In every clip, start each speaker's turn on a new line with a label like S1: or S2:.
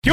S1: ¿Qué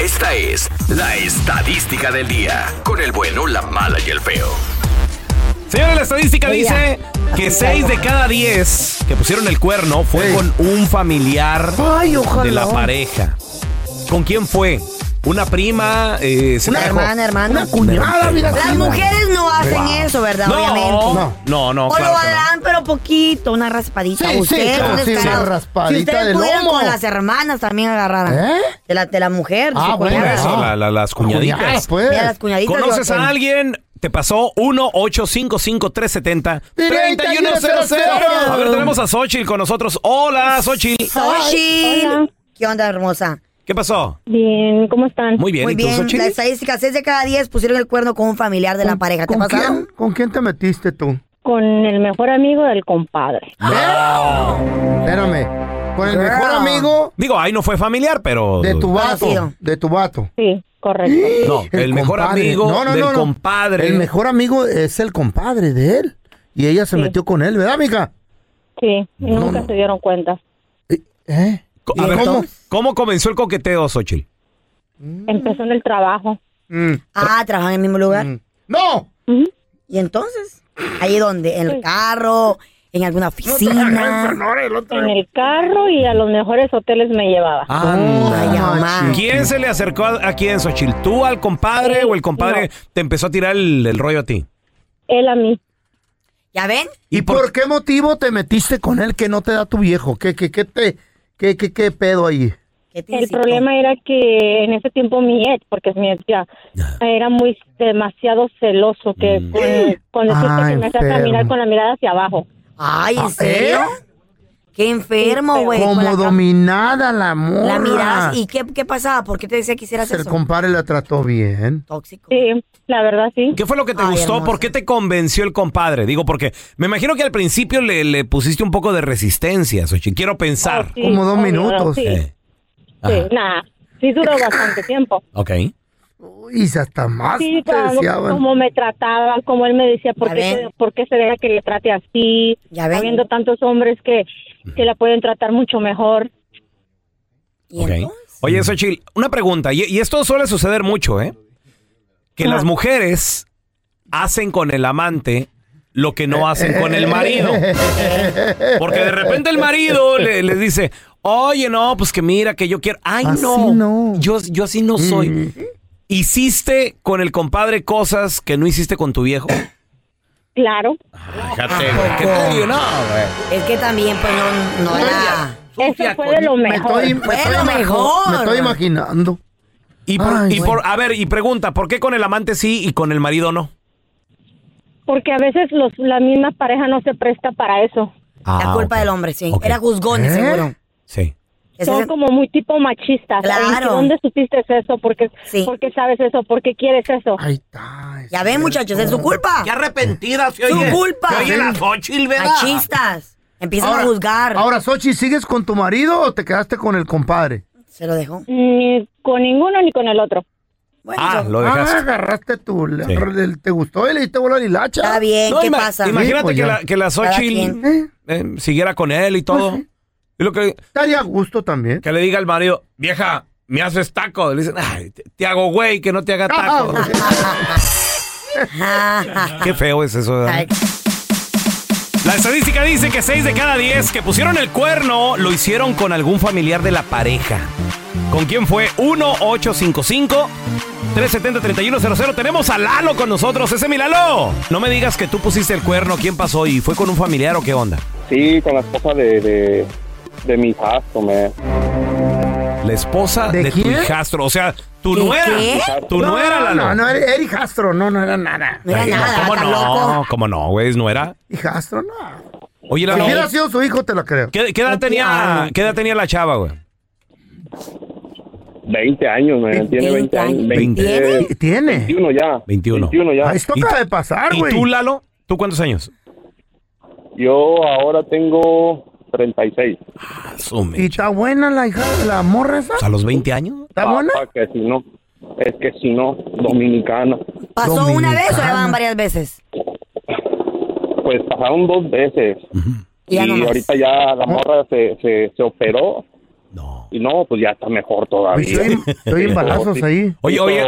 S2: Esta es la estadística del día con el bueno, la mala y el feo.
S1: Señores, la estadística
S3: Ella.
S1: dice que 6 de cada 10 que pusieron el cuerno fue con un familiar
S4: Ay, ojalá.
S1: de la pareja. ¿Con quién fue? ¿Una prima? Eh, ¿se
S3: Una
S1: trajo?
S3: hermana, hermano.
S4: Una cuñada, mira.
S3: Las
S4: prima.
S3: mujeres no hacen
S4: Wow.
S3: eso, ¿verdad?
S1: No,
S3: Obviamente.
S1: no, no, no,
S3: o
S1: claro
S3: lo
S1: que no.
S3: harán, pero poquito, una raspadita.
S4: Sí, sí,
S3: ustedes,
S4: claro,
S3: son
S4: sí, una
S3: descarados.
S4: raspadita
S3: si ustedes
S4: de
S3: pudieran
S4: lomo.
S3: con las hermanas también agarraran.
S4: ¿Eh?
S3: De la, de la mujer, de
S4: Ah,
S3: su
S4: bueno.
S3: cuñada.
S1: Eso,
S4: Ah.
S1: la- la- las cuñaditas.
S4: Cuñadas,
S3: Mira, las
S4: pues.
S3: cuñaditas. lo
S1: ¿Conoces
S3: hacen.
S1: a alguien? Te pasó 1-855-370-3100. A ver, tenemos a Xochitl con nosotros. Hola, Xochitl.
S3: Xochitl. ¿Qué onda, hermosa?
S1: ¿Qué pasó?
S5: Bien, ¿cómo están?
S1: Muy bien,
S3: Muy
S1: ¿y tú,
S3: bien, la
S1: Xochitl?
S3: estadística, 6 de cada 10 pusieron el cuerno con un familiar de la pareja. ¿Te
S4: ¿Con
S3: pasaron?
S4: quién, ¿Con quién te metiste tú?
S5: Con el mejor amigo del compadre.
S4: ¿Eh? Espérame. Con el mejor
S3: Girl.
S4: amigo
S1: Digo, ahí no fue familiar, pero.
S4: de tu
S3: Conocido.
S4: vato. De tu vato.
S5: Sí, correcto.
S1: No, el, mejor
S4: compadre.
S1: amigo
S4: No, no,
S1: del
S4: no, no.
S1: compadre.
S4: El mejor amigo es el compadre de él. Y ella se metió con él, ¿verdad, amiga?
S5: Sí, y nunca se dieron cuenta.
S4: ¿Eh?
S1: Co- A
S4: ¿Y
S1: ver,
S4: cómo?
S1: ¿cómo comenzó el coqueteo, Xochitl?
S5: Empezó en el trabajo.
S4: Mm,
S3: Mm. Ah, trabajan en el mismo lugar.
S4: mm. ¡No!
S3: ¿Y entonces? ¿Ahí donde?
S5: Pues
S3: ¿En el carro? ¿En alguna oficina?
S5: En el carro y a los mejores hoteles me llevaba.
S1: Anda.
S3: Ay, mamá.
S1: ¿Quién se le acercó a, a quién, Xochitl? ¿Tú al compadre
S5: Sí,
S1: o el compadre te empezó a tirar el, el rollo a ti?
S5: Él a mí.
S3: ¿Ya ven?
S4: ¿Y por, qué motivo te metiste con él que no te da tu viejo? ¿Qué, qué, qué, te, qué, qué, qué pedo ahí?
S3: ¿Qué te
S5: El
S3: incitó?
S5: problema era que en ese tiempo mi ex, porque es mi ex ya, era muy demasiado celoso que con, con decirte
S4: Ah,
S5: que me hacía
S4: enfermo.
S5: caminar con la mirada hacia abajo.
S3: Ay,
S4: Ah,
S3: ¿en serio? Qué enfermo, güey. con
S4: Como
S3: la cam-
S4: dominada la morra.
S3: La mirabas. ¿Y qué, qué pasaba? ¿Por qué te decía que hicieras
S4: El
S3: eso?
S4: compadre la trató bien.
S3: Tóxico.
S5: Sí, la verdad sí.
S1: ¿Qué fue lo que te
S3: Ay,
S1: gustó?
S3: hermosa.
S1: ¿Por qué te convenció el compadre? Digo, porque me imagino que al principio le, le pusiste un poco de resistencia, Xochitl. Quiero pensar.
S5: Sí,
S4: Ah, Como dos
S5: obvio,
S4: minutos.
S5: Sí,
S1: Eh,
S5: sí,
S1: ajá,
S5: nada. Sí duró bastante tiempo.
S1: Ok.
S4: Y se hasta más
S5: Ah, Sí,
S4: te
S5: como,
S4: deseaban.
S5: como me trataban, como él me decía, ¿por
S3: Ya
S5: qué,
S3: ven.
S5: se, por qué se deja que le trate así?
S3: Ya ven.
S5: Habiendo tantos hombres que, que la pueden tratar mucho mejor.
S3: ¿Y
S1: ok.
S3: entonces?
S1: Oye, Xochitl, una pregunta. Y, y esto suele suceder mucho, ¿eh? Que las mujeres hacen con el amante lo que no hacen con el marido. Porque de repente el marido le, les dice, oye, no, pues que mira, que yo quiero. Ay,
S4: Así
S1: no.
S4: no.
S1: Yo, yo así no soy. ¿Hiciste con el compadre cosas que no hiciste con tu viejo?
S5: Claro.
S1: Fíjate, güey. ¿Qué te digo? No,
S4: Ah,
S1: güey.
S3: Es que también, pues, no, no era...
S1: Sucia,
S5: Eso fue de lo
S4: Me
S5: mejor.
S4: estoy, me
S3: Fue
S4: estoy
S3: lo
S4: imagi-
S3: mejor.
S4: me estoy imaginando.
S1: Y, por,
S4: Ay,
S1: y
S4: güey.
S1: por- a ver, y pregunta, ¿por qué con el amante sí y con el marido no?
S5: Porque a veces los, la misma pareja no se presta para eso.
S3: La culpa del hombre, sí.
S1: Ok.
S3: Era juzgón,
S4: Ah, ¿Eh?
S3: seguro.
S1: Sí.
S5: Son como muy tipo machistas. ¿sabes?
S3: Claro.
S5: ¿Y ¿Dónde supiste eso? ¿Por qué, por qué sabes eso? ¿Por qué quieres eso?
S3: Ya ven, muchachos, es su culpa.
S6: Qué arrepentida se
S3: Su
S6: oye.
S3: culpa.
S6: Se oye la Xochitl, ¿verdad?
S3: Machistas. Empiezan a juzgar.
S4: Ahora, Sochi, ¿sigues con tu marido o te quedaste con el compadre?
S3: Se lo dejó.
S5: Ni con ninguno ni con el otro.
S4: Ah,
S1: lo dejaste.
S4: agarraste tú. le-
S1: Sí.
S4: le- ¿Te gustó y le diste bola a la hilacha?
S3: Está bien,
S1: No,
S3: ¿qué
S1: ima-
S3: pasa?
S1: Imagínate
S4: Sí, pues,
S1: que,
S4: ya.
S1: la, que la
S3: Cada
S1: Xochitl
S4: ¿Eh?
S1: eh, siguiera con él y todo. Y lo que,
S4: Pues Estaría a gusto también.
S1: que le diga al marido, vieja, me haces taco. Le dicen, ay, te, te hago güey, que no te haga
S4: Ah,
S1: taco. Qué feo es eso, ¿verdad?
S3: Ay,
S1: La estadística dice que 6 de cada 10 que pusieron el cuerno lo hicieron con algún familiar de la pareja. ¿Con quién fue? 1-855-370-3100. Tenemos a Lalo con nosotros. Ese es mi Lalo. No me digas que tú pusiste el cuerno. ¿Quién pasó? ¿Y fue con un familiar o qué onda?
S7: Sí, con la esposa de, de, de mi hijastro, me.
S1: La esposa de,
S4: ¿De
S1: tu
S4: quién?
S1: hijastro. O sea, tu
S3: ¿Qué,
S1: nuera.
S3: qué?
S1: Tu
S4: no,
S1: nuera,
S4: no,
S1: Lalo. ¿Eh?
S4: no, no, era Eric Castro, no, no era nada.
S3: No era
S1: Ay,
S3: nada,
S1: ¿Cómo no?
S3: tan loco.
S1: ¿Cómo no, güey? ¿Es nuera?
S4: Hijastro, no.
S1: Oye,
S4: Si
S1: Lalo.
S4: hubiera sido su hijo, te lo creo.
S1: ¿Qué, qué edad, tenía, ¿Qué edad tenía la chava, güey?
S7: 20 años, me. Tiene 20 años. 20,
S3: ¿Tiene?
S4: ¿Tiene?
S7: 21 ya.
S1: 21.
S7: 21 ya.
S4: Ah, esto
S1: ¿Y
S4: acaba
S1: tú-
S4: de pasar,
S1: ¿Y
S4: güey.
S1: tú, Lalo? ¿Tú cuántos años?
S7: Yo ahora tengo 36.
S4: ¿Y está buena la hija, la morra esa?
S1: Ah, ¿A los 20 años?
S4: ¿Está buena?
S7: Papá, que si no. Es que si no, dominicana.
S3: ¿Pasó una
S4: Dominicana.
S3: vez o ya van varias veces?
S7: Pues pasaron dos veces.
S3: Y ya
S7: y
S3: nomás.
S7: ahorita ya la morra se, se, se operó.
S1: No.
S7: Y no, pues ya está mejor todavía.
S4: Uy, Estoy estoy en balazos ahí.
S1: Oye,
S7: Hizo-
S1: oye.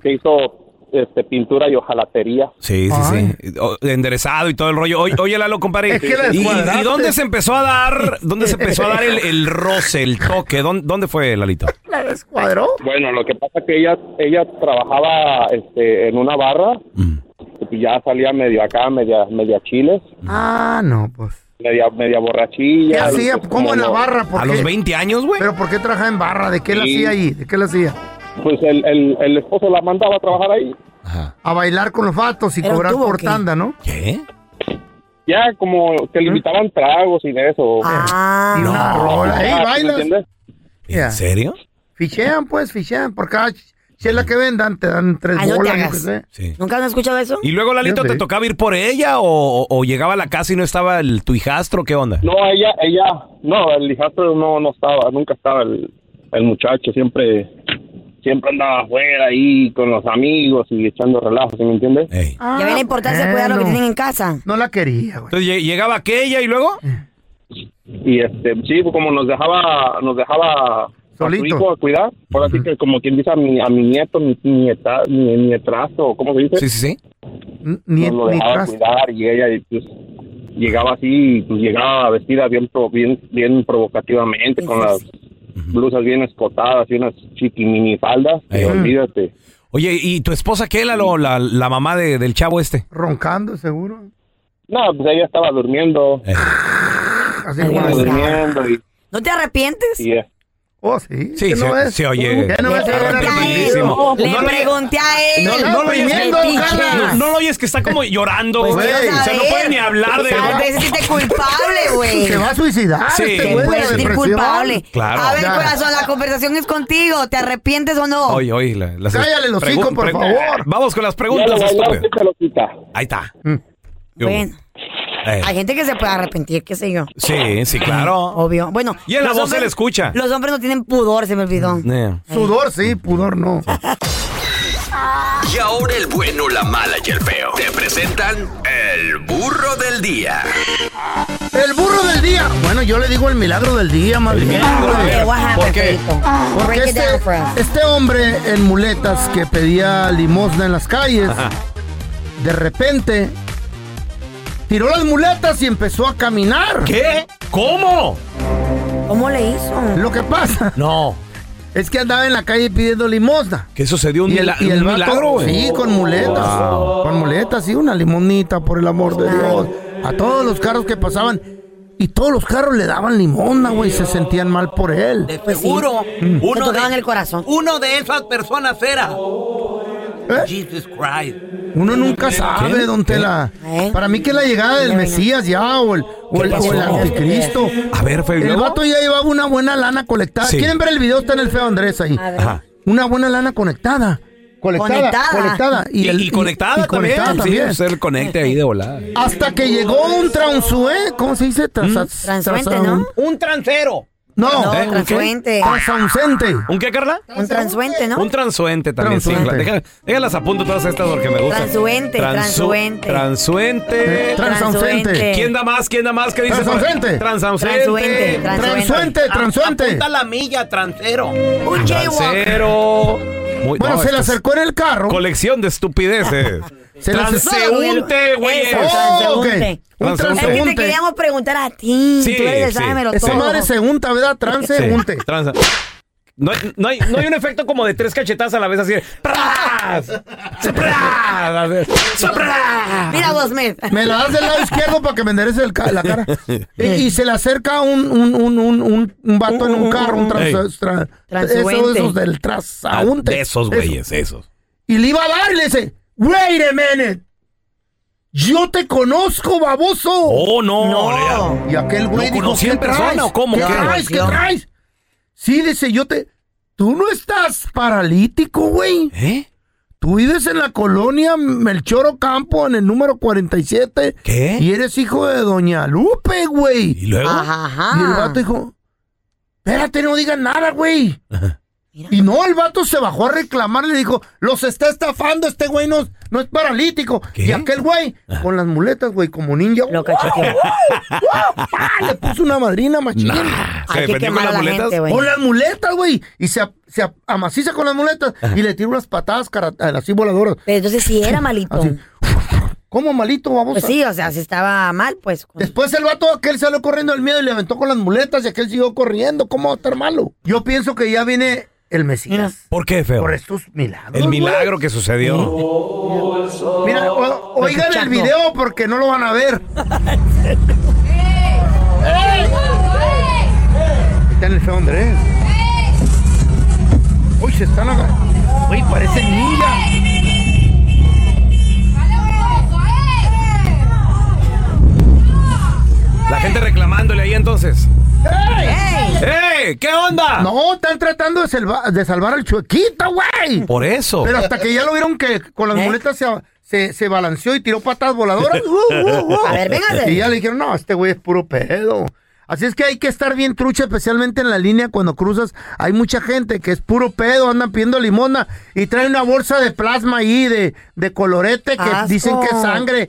S7: Se hizo este, pintura y hojalatería.
S1: Sí, sí, sí. O- enderezado y todo el rollo. Oye, oye, Lalo, compadre.
S4: Es que la
S1: ¿Y- ¿Y,
S4: descuadraste.
S1: y dónde se empezó a dar, dónde se empezó a dar el, el roce, el toque? ¿Dónde, dónde fue, Lalito?
S4: ¿La descuadró?
S7: Bueno, lo que pasa que ella ella trabajaba este, en una barra
S1: Mm.
S7: y ya salía medio acá, media media chiles,
S4: Ah, no, pues.
S7: media media borrachilla.
S4: ¿Qué hacía?
S7: Pues,
S4: ¿Cómo en la
S7: no,
S4: barra? ¿Por
S1: ¿A
S4: qué?
S1: los 20 años, güey?
S4: ¿Pero por qué trabajaba en barra? ¿De qué la
S7: Sí.
S4: hacía ahí? ¿De qué la hacía?
S7: Pues el, el, el esposo la mandaba a trabajar ahí.
S4: A bailar con los vatos y
S3: ¿Pero
S4: cobrar
S3: tuvo
S4: por
S3: qué?
S4: tanda, ¿no?
S1: ¿Qué?
S7: Ya como que le invitaban tragos y de eso.
S3: Ah,
S4: Y ¿Mm? una rola.
S7: Ah,
S4: ¡Ey,
S7: ¿sí me
S4: bailas!
S7: entiendes?
S4: Ya.
S1: ¿En serio?
S4: Fichean, pues, fichean. Por cada ch- chela que vendan, te dan tres
S3: Ay, no te
S4: bolas.
S3: hagas.
S4: yo qué sé.
S1: Sí.
S3: ¿Nunca han escuchado eso?
S1: ¿Y luego, Lalito,
S4: Sí, sí.
S1: te tocaba ir por ella o, o- o llegaba a la casa y no estaba el, tu hijastro? ¿Qué onda?
S7: No, ella ella no, el hijastro no no estaba, nunca estaba el, el muchacho, siempre siempre andaba afuera ahí con los amigos y echando relajos, ¿sí me entiendes?
S1: Ey.
S4: Ah,
S3: Ya ven la importancia de cuidar lo que
S4: bueno.
S3: tienen en casa.
S4: No la quería, güey.
S1: Entonces, lle- ¿llegaba aquella y luego?
S7: pues. y este sí pues, como nos dejaba nos dejaba
S4: Solito.
S7: a su hijo a cuidar ahora sí que como quien dice a mi a mi nieto mi nieta mi nietrazo cómo se dice
S1: Sí, sí, sí.
S4: N- Ni,
S7: nos lo
S4: ni
S7: dejaba
S4: tras-
S7: cuidar y ella y, pues, llegaba así pues llegaba vestida bien pro- bien bien provocativamente con las blusas bien escotadas y unas chiquimini-faldas
S1: Ey.
S7: que
S4: Eh.
S7: olvídate
S1: Oye, ¿y tu esposa qué, Lalo? La, la mamá de- del chavo este.
S4: Roncando, seguro.
S7: no pues ella estaba durmiendo
S1: Eh.
S4: Así
S3: Ay,
S7: estaba
S4: como
S3: Dios.
S4: de-
S7: durmiendo y,
S3: ¿No te arrepientes?
S7: y, eh,
S4: Oh, sí.
S1: Sí,
S4: ¿Qué
S1: se-
S4: ves?
S1: se oye.
S4: ¿Qué no
S3: Le
S4: ves?
S3: pregunté a él.
S1: Rapidísimo.
S3: Le
S1: No le-
S3: pregunté a él. Pues,
S4: No, no lo oyes.
S3: Metiche.
S4: Carla.
S1: No, no lo oyes que está como llorando,
S3: Pues
S1: güey.
S3: quiero
S4: güey.
S1: O sea, no
S3: saber.
S1: puede ni hablar de...
S3: Tal vez se siente culpable, güey.
S4: Se va a suicidar
S1: Sí.
S4: este
S3: Te
S4: güey de la
S3: puedes sentir
S4: depresión.
S3: culpable.
S1: Claro.
S3: A ver,
S4: Ya.
S3: corazón, la conversación es contigo. ¿Te arrepientes o no?
S1: Oye, oye, la- las-
S4: Oh. Cállale el hocico,
S1: pregun-
S4: por
S1: pregun-
S4: favor. Mm.
S1: Vamos con las
S7: ya lo
S1: preguntas,
S7: bailaste
S1: estúpido.
S7: te lo quita
S1: Ahí está. Yo-
S3: bueno,
S1: Eh,
S3: hay gente que se puede arrepentir, qué sé yo. Mm,
S1: Sí, sí, claro.
S3: Obvio. Bueno.
S1: Y en la
S3: los
S1: voz se le escucha.
S3: Los hombres no tienen pudor, se me olvidó.
S1: Eh.
S4: Sudor, sí, pudor no.
S2: Y ahora el bueno, la mala y el feo. Te presentan el burro del día.
S4: El burro del día. Bueno, yo le digo el milagro del día, madre.
S3: Oye, what happened,
S1: ¿Por qué?
S3: Federico?
S4: Porque
S3: Break it
S4: este,
S3: down for us.
S4: este hombre en muletas que pedía limosna en las calles, de repente tiró las muletas y empezó a caminar.
S1: ¿Qué? ¿Cómo?
S3: ¿Cómo le hizo?
S4: Lo que pasa
S1: No.
S4: es que andaba en la calle pidiendo limosna.
S1: ¿Qué sucedió? Un,
S4: Y el,
S1: mila-
S4: y el
S1: un
S4: vato,
S1: milagro, güey. Oh,
S4: Sí, con muletas. Con muletas, y una limonita, por el amor de Dios. A todos los carros que pasaban. Y todos los carros le daban limona, güey. Se sentían mal por él.
S1: Pues
S6: De seguro.
S3: Te
S4: Mm.
S6: Uno
S3: tocaban
S6: de,
S3: el corazón.
S6: uno de esas personas era. Jesus Christ.
S4: ¿Eh? Uno nunca sabe, don Tela. Para mí que la llegada del Mesías ya, o el, o el, o el anticristo.
S1: A ver, Feo, ¿y
S4: El
S1: luego?
S4: vato ya llevaba una buena lana colectada.
S1: Sí.
S4: ¿Quieren ver el video? Está en el feo Andrés ahí.
S1: Ajá.
S4: Una buena lana conectada. Colectada.
S3: Conectada.
S4: Conectada.
S1: Y,
S4: el-
S1: y conectada
S4: y conectada
S1: también. Sí,
S4: también.
S1: pues, el conecte ahí de volada. ¿Eh?
S4: Hasta que llegó un transué. ¿Cómo se dice? Transas-
S3: Transuente,
S4: trasa-
S3: ¿no?
S1: Un transero.
S4: No,
S3: No,
S1: ¿Eh? ¿Un qué?
S3: transuente.
S4: transausente.
S1: ¿Un qué, Carla?
S3: Un transuente, ¿no?
S1: Un transuente también, sí.
S4: Transuente.
S1: Deja- déjalas apunto todas estas porque me gustan.
S3: Transuente,
S1: Transu-
S3: transuente.
S1: Transuente.
S4: Transausente.
S1: ¿Quién da más? ¿Quién da más? ¿Qué dice?
S4: Transausente.
S1: Transausente.
S3: Transuente, transuente.
S4: Transuente, transuente.
S6: Apunta la milla, transero.
S3: Un jaywalk.
S1: Transero. Muy-
S4: Bueno,
S1: no,
S4: se
S1: esto
S4: le
S1: es
S4: acercó en el carro.
S1: Colección de estupideces.
S4: Se le acercó-
S1: transeúnte, güey.
S3: Eso,
S4: Oh, ok.
S3: transeúnte.
S1: Transeúnte.
S4: Un
S3: Es que te
S4: transeúnte.
S3: queríamos preguntar a ti.
S1: Sí,
S3: Tú eres el
S1: sí.
S3: sábemelo
S4: Esa
S3: todo.
S4: madre segunda, ¿verdad? Transeúnte.
S1: Sí, transa. No hay, no, hay, no hay un efecto como de tres cachetadas a la vez así. de ¡Pras! ¡Sopras! A ver, ¡Sopras!
S3: Mira vos, Mel.
S4: Me la das del lado izquierdo para que me enderece el ca- la cara. Y, y se le acerca un, un, un, un, un, un vato en un carro, un trans,
S1: Ey.
S4: tra-
S3: Transuente.
S4: eso, esos del
S1: Ah,
S4: trasaunte.
S1: de esos güeyes, esos.
S4: Y le iba a dar y le dice, wait a minute. Yo te conozco, baboso.
S1: Oh, no. Lea.
S4: Y aquel güey
S1: ¿Lo
S4: dijo,
S1: conocí
S4: ¿qué
S1: en persona
S4: traes?
S1: o cómo?
S4: ¿Qué
S1: ¿Qué?
S4: traes? ¿Qué traes? Sí, dice, yo te... Tú no estás paralítico, güey.
S1: ¿Eh?
S4: Tú vives en la colonia Melchoro Campo, en el número 47.
S1: ¿Qué?
S4: Y eres hijo de Doña Lupe, güey.
S1: ¿Y luego?
S3: Ajá,
S4: Y el
S3: ajá.
S4: vato dijo, espérate, no digas nada, güey.
S1: Ajá.
S3: Mira.
S4: Y no, el vato se bajó a reclamar, le dijo, los está estafando, este güey no, no es paralítico.
S1: ¿Qué? Ah.
S4: Y aquel güey, con las muletas, güey, como ninja,
S3: Lo cacheteó.
S4: ¡guau! ¡Ah! le puso una madrina machín.
S1: Nah,
S3: Hay que quemar a la gente, güey.
S4: Con las muletas, güey. Y se, a- se a- amaciza con las muletas y le tira unas patadas cara- eh, así voladoras.
S3: Pero entonces sí era malito.
S4: Así. ¿Cómo malito, vamos?
S3: Pues sí, o sea, si estaba mal, pues. con-
S4: Después el vato aquel salió corriendo del miedo y le aventó con las muletas y aquel siguió corriendo. ¿Cómo va a estar malo? Yo pienso que ya viene el Mesías.
S1: ¿Por qué, feo?
S4: Por estos milagros.
S1: El
S4: güey.
S1: milagro que sucedió.
S4: Mira, o- oigan el video porque no lo van a ver. Está en el feo Andrés. Uy, se están agarrando. Uy, parece ninja.
S1: La gente reclamándole ahí entonces. ¿Eh?
S3: ¡Ey!
S1: ¡Ey! ¿Qué onda?
S4: No, están tratando de, salva- de salvar al chuequito, güey.
S1: Por eso.
S4: Pero hasta que ya lo vieron que con las
S3: ¿Eh?
S4: muletas se, se, se balanceó y tiró patas voladoras. ¡Uh, uh, uh!
S3: A ver, véngase.
S4: Y ya le dijeron, no, este güey es puro pedo. Así es que hay que estar bien trucha, especialmente en la línea cuando cruzas. Hay mucha gente que es puro pedo, andan pidiendo limona y trae una bolsa de plasma ahí de, de colorete que
S3: Asco.
S4: dicen que es sangre.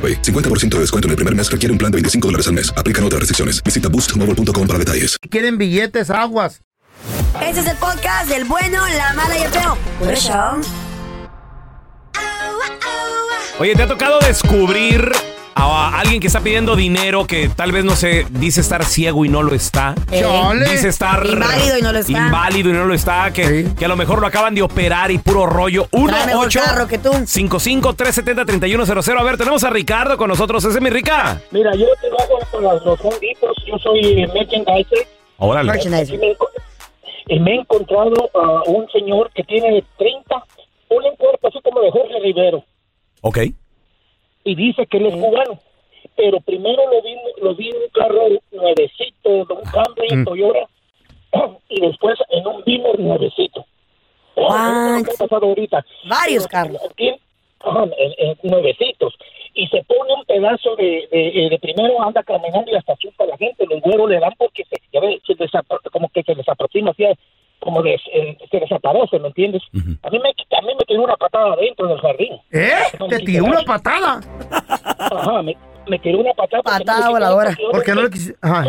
S8: 50% de descuento en el primer mes requiere un plan de 25 dólares al mes. Aplican otras restricciones. Visita boostmobile.com para detalles.
S4: quieren billetes, aguas.
S3: Ese Este es el podcast del bueno, la mala y el feo. Por eso.
S1: Oye, ¿te ha tocado descubrir a alguien que está pidiendo dinero que tal vez no se dice estar ciego y no lo está.
S3: Eh. Chale.
S1: Dice estar
S3: Inválido y no lo está.
S1: Inválido y no lo está, que, que a lo mejor lo acaban de operar y puro rollo. 1
S3: Trae mejor
S1: 8
S3: carro que
S1: 55 370 3100. A ver, tenemos a Ricardo con nosotros. Ese es mi Rica.
S9: Mira, yo trabajo con los, los Home Depot, yo soy merchandiser.
S1: Órale.
S9: Y me, enco- y me he encontrado a un señor que tiene 30, un cuerpo así como de Jorge Rivero,
S1: Ok.
S9: y dice que él es cubano. Pero primero lo vi, lo vi en un carro nuevecito, de un
S3: Ah.
S9: Camry
S1: Mm.
S9: Toyota, y después en un Beamer nuevecito. Eso es lo que ha pasado ahorita.
S3: Varios carros.
S9: Tiene- ajá, en- en nuevecitos. Y se pone un pedazo de, eh, de, de primero anda caminando y hasta chupa a la gente, los güeros le dan porque se, ya ves, se les apro- como que se les aproxima, así, como des- eh, se desaparece, ¿me entiendes? a, mí me, a mí me tiró una patada adentro del jardín.
S4: ¿Eh? ¿Te tiró una patada?
S9: Ajá, me, me tiró una patada. porque
S3: Patada
S9: me dijo,
S3: voladora.
S9: "Yo no
S4: Porque no
S9: sé".
S4: le quisiste. Ajá.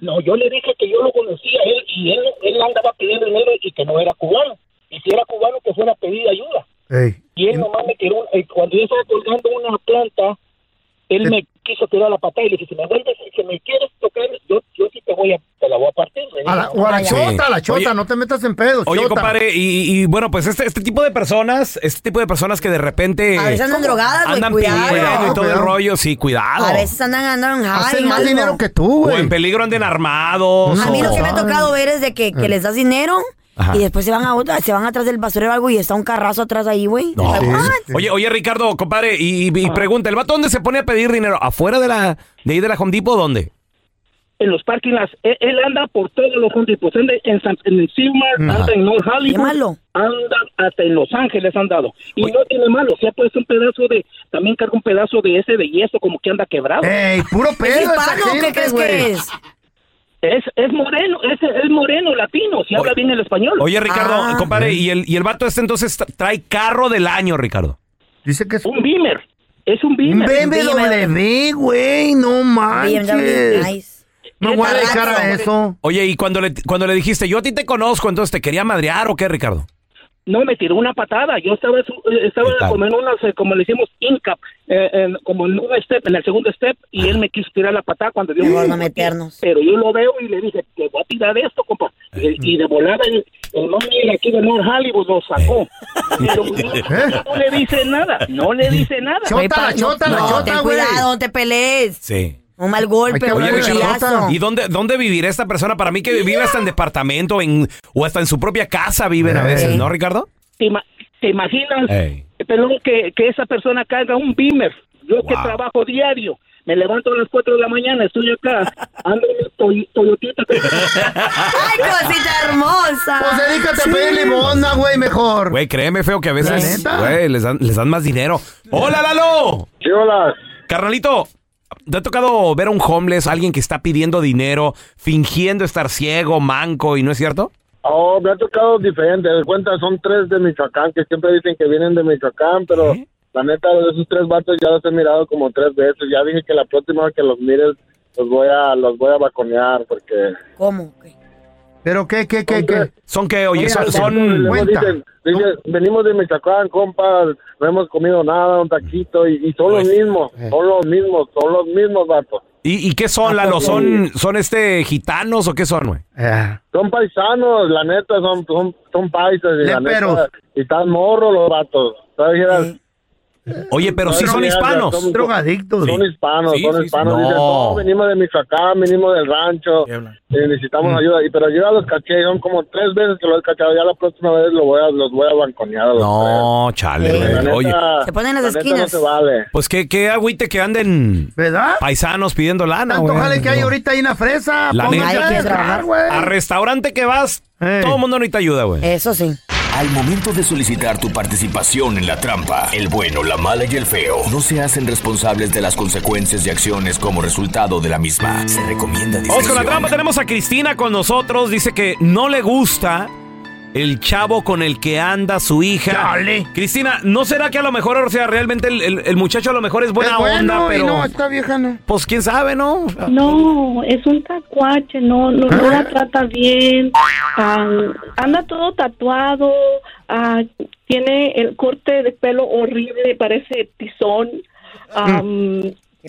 S9: No, yo le dije que yo lo conocía a él y él, él andaba pidiendo dinero y que no era cubano. Y si era cubano, que fuera a pedir ayuda.
S4: Ey.
S9: Y él nomás me tiró, eh, cuando yo estaba colgando una planta, él me quiso tirar la patada y le dije, si me vuelves, si me quieres tocar, yo, yo sí te voy a, te la voy a partir. Le
S4: A la,
S9: dije,
S4: o a la
S9: "Vaya".
S4: chota, a la
S1: Oye.
S4: chota, no te metas en pedos.
S1: Oye,
S4: chota.
S1: compadre, y, y, bueno, pues este, este tipo de personas, este tipo de personas que de repente.
S3: A veces andan drogadas, güey,
S1: Andan
S3: cuidado.
S1: pidiendo y todo el
S3: Cuidado.
S1: rollo, sí, cuidado.
S3: A veces andan, andan high, algo.
S4: tú,
S1: O en peligro anden armados.
S3: A mí lo
S1: o-
S3: que me ha tocado ver es de que, que
S4: Ah.
S1: Eh.
S3: les das dinero
S1: Ajá.
S3: y después se van a otra, se van atrás del basurero o algo y está un carrazo atrás ahí, güey.
S1: No.
S3: Like, what?
S1: Oye, oye, Ricardo, compadre, y,
S9: Ah.
S1: y- y pregunta, ¿el vato dónde se pone a pedir dinero? ¿Afuera de la de ahí de la Home Depot o dónde?
S9: En los parking lots, él, él anda por todos los puntos, anda en, San- en el Silmar,
S1: Ajá.
S9: anda en North
S3: Qué malo.
S9: Hollywood, anda hasta en Los Ángeles han dado. Y no tiene malo, se ha puesto un pedazo de, también carga un pedazo de ese de yeso como que anda quebrado.
S4: ¡Ey, puro
S3: ¿Es hispano o qué crees que es?
S9: Es, es moreno, es, es moreno latino, si habla bien el español.
S1: Oye, Ricardo,
S3: Ah.
S1: compadre, y el, y el vato este entonces tra- trae carro del año, Ricardo.
S4: Dice que es
S9: un Beamer. Es un
S4: Un
S9: Beamer.
S4: BMW, güey, no
S3: BMW,
S4: manches.
S3: nice.
S4: No voy a dejar a eso.
S1: Oye, y cuando le, cuando le dijiste, yo a ti te conozco, entonces te quería madrear o qué, Ricardo?
S9: No, me tiró una patada. Yo estaba, su- eh, estaba
S1: ¿Qué tal?
S9: como en unas, eh, como le hicimos, incap, eh, en- como en un step, en el segundo step, y él me quiso tirar la patada cuando dio
S3: No,
S9: un-
S3: no meternos.
S9: Pero yo lo veo y le dije, te voy a tirar esto, compa. Y, y de volada el, el mami aquí de North Hollywood lo sacó. Pero pues, no, no le dice nada, no le dice nada.
S3: Güey, pa- no- no, ten cuidado, no te pelees.
S1: Sí.
S3: Un mal golpe, un
S1: Oye,
S3: cuchillazo.
S1: Ricardo, ¿y dónde, dónde vivirá esta persona? Para mí que vive hasta en departamento en, o hasta en su propia casa viven a veces, ¿no, Ricardo?
S9: ¿Te, ima- te imaginas,
S1: Ey.
S9: pelón, que, que esa persona carga un beamer? Yo que
S1: Wow.
S9: trabajo diario, me levanto a las 4 de la mañana, estoy acá, ando en mi toy- Toyotita.
S3: ¡Ay, cosita hermosa!
S4: Pues dedícate a pedir limosna, güey, mejor.
S1: Güey, créeme, feo, que a veces
S4: neta.
S1: güey, les, dan, les dan más dinero. ¡Hola, Lalo!
S10: ¿Qué hola?
S1: Carnalito, ¿te ha tocado ver a un homeless, alguien que está pidiendo dinero, fingiendo estar ciego, manco, y no es cierto?
S10: Oh, me ha tocado diferente. De cuenta, son tres de Michoacán que siempre dicen que vienen de Michoacán, pero
S1: ¿Eh?
S10: la neta, de esos tres vatos ya los he mirado como tres veces. Ya dije que la próxima vez que los mires, los voy a, los voy a vaconear porque.
S3: ¿Cómo?
S4: ¿Pero qué, qué, qué, qué?
S1: Son que, oye,
S10: Mira,
S1: son...
S10: son- y
S1: son-
S10: luego dicen- dicen, venimos de Michoacán, compa, no hemos comido nada, un taquito, y, y son los
S1: Pues,
S10: mismos, son los mismos, son los mismos vatos.
S1: ¿Y, y qué
S4: "Ah,
S1: son, Lalo?
S4: pues, eh,
S1: ¿Son, ¿Son este gitanos o qué son, güey?
S4: Ah.
S10: Son paisanos, la neta, son, son, son paisas, y la
S1: Leperos.
S10: neta, y están morros los vatos. ¿Sabes? Dijeras,
S1: Oye, pero sí
S10: No,
S1: son
S10: ya, ya,
S1: hispanos.
S10: son drogadictos. Son hispanos,
S1: Sí,
S10: son
S1: sí,
S10: hispanos.
S1: sí.
S10: Dicen,
S1: No.
S10: "No, venimos de Michoacán, venimos del rancho, eh, necesitamos ayuda. Y, pero yo ya los caché, son como tres veces que los he cachado. Ya la próxima vez los voy a, los voy a banconear. a los
S1: No, chale,
S10: tres. La
S1: güey.
S10: neta,
S1: Oye,
S3: Se ponen las
S10: la neta
S3: esquinas.
S10: No se vale.
S1: pues qué, qué agüite que anden
S4: ¿Verdad?
S1: paisanos pidiendo lana,
S4: Tanto
S1: güey.
S4: jale que hay
S1: Ah, No.
S4: ahorita ahí una fresa.
S1: La
S4: pónganse
S1: neta.
S4: a
S1: Hay que
S4: trabajar, güey.
S1: A restaurante que vas, todo el mundo necesita ayuda, güey.
S3: Eso sí.
S7: Al momento de solicitar tu participación en la trampa, el bueno, la mala y el feo no se hacen responsables de las consecuencias y acciones como resultado de la misma. Se recomienda
S1: Vamos con la
S7: discreción.
S1: trampa. Tenemos a Cristina con nosotros. Dice que no le gusta el chavo con el que anda su hija. Cristina, ¿no será que a lo mejor, o sea, realmente el, el- el muchacho a lo mejor es buena
S4: Es bueno,
S1: onda,
S4: y
S1: pero.
S4: no, esta vieja no.
S1: Pues quién sabe, ¿no?
S11: No, es un tacuache, no, no,
S4: ¿Eh?
S11: no la trata bien. Ah, anda todo tatuado, ah,
S4: Mm.
S11: tiene el corte de pelo horrible, parece tizón. Ah,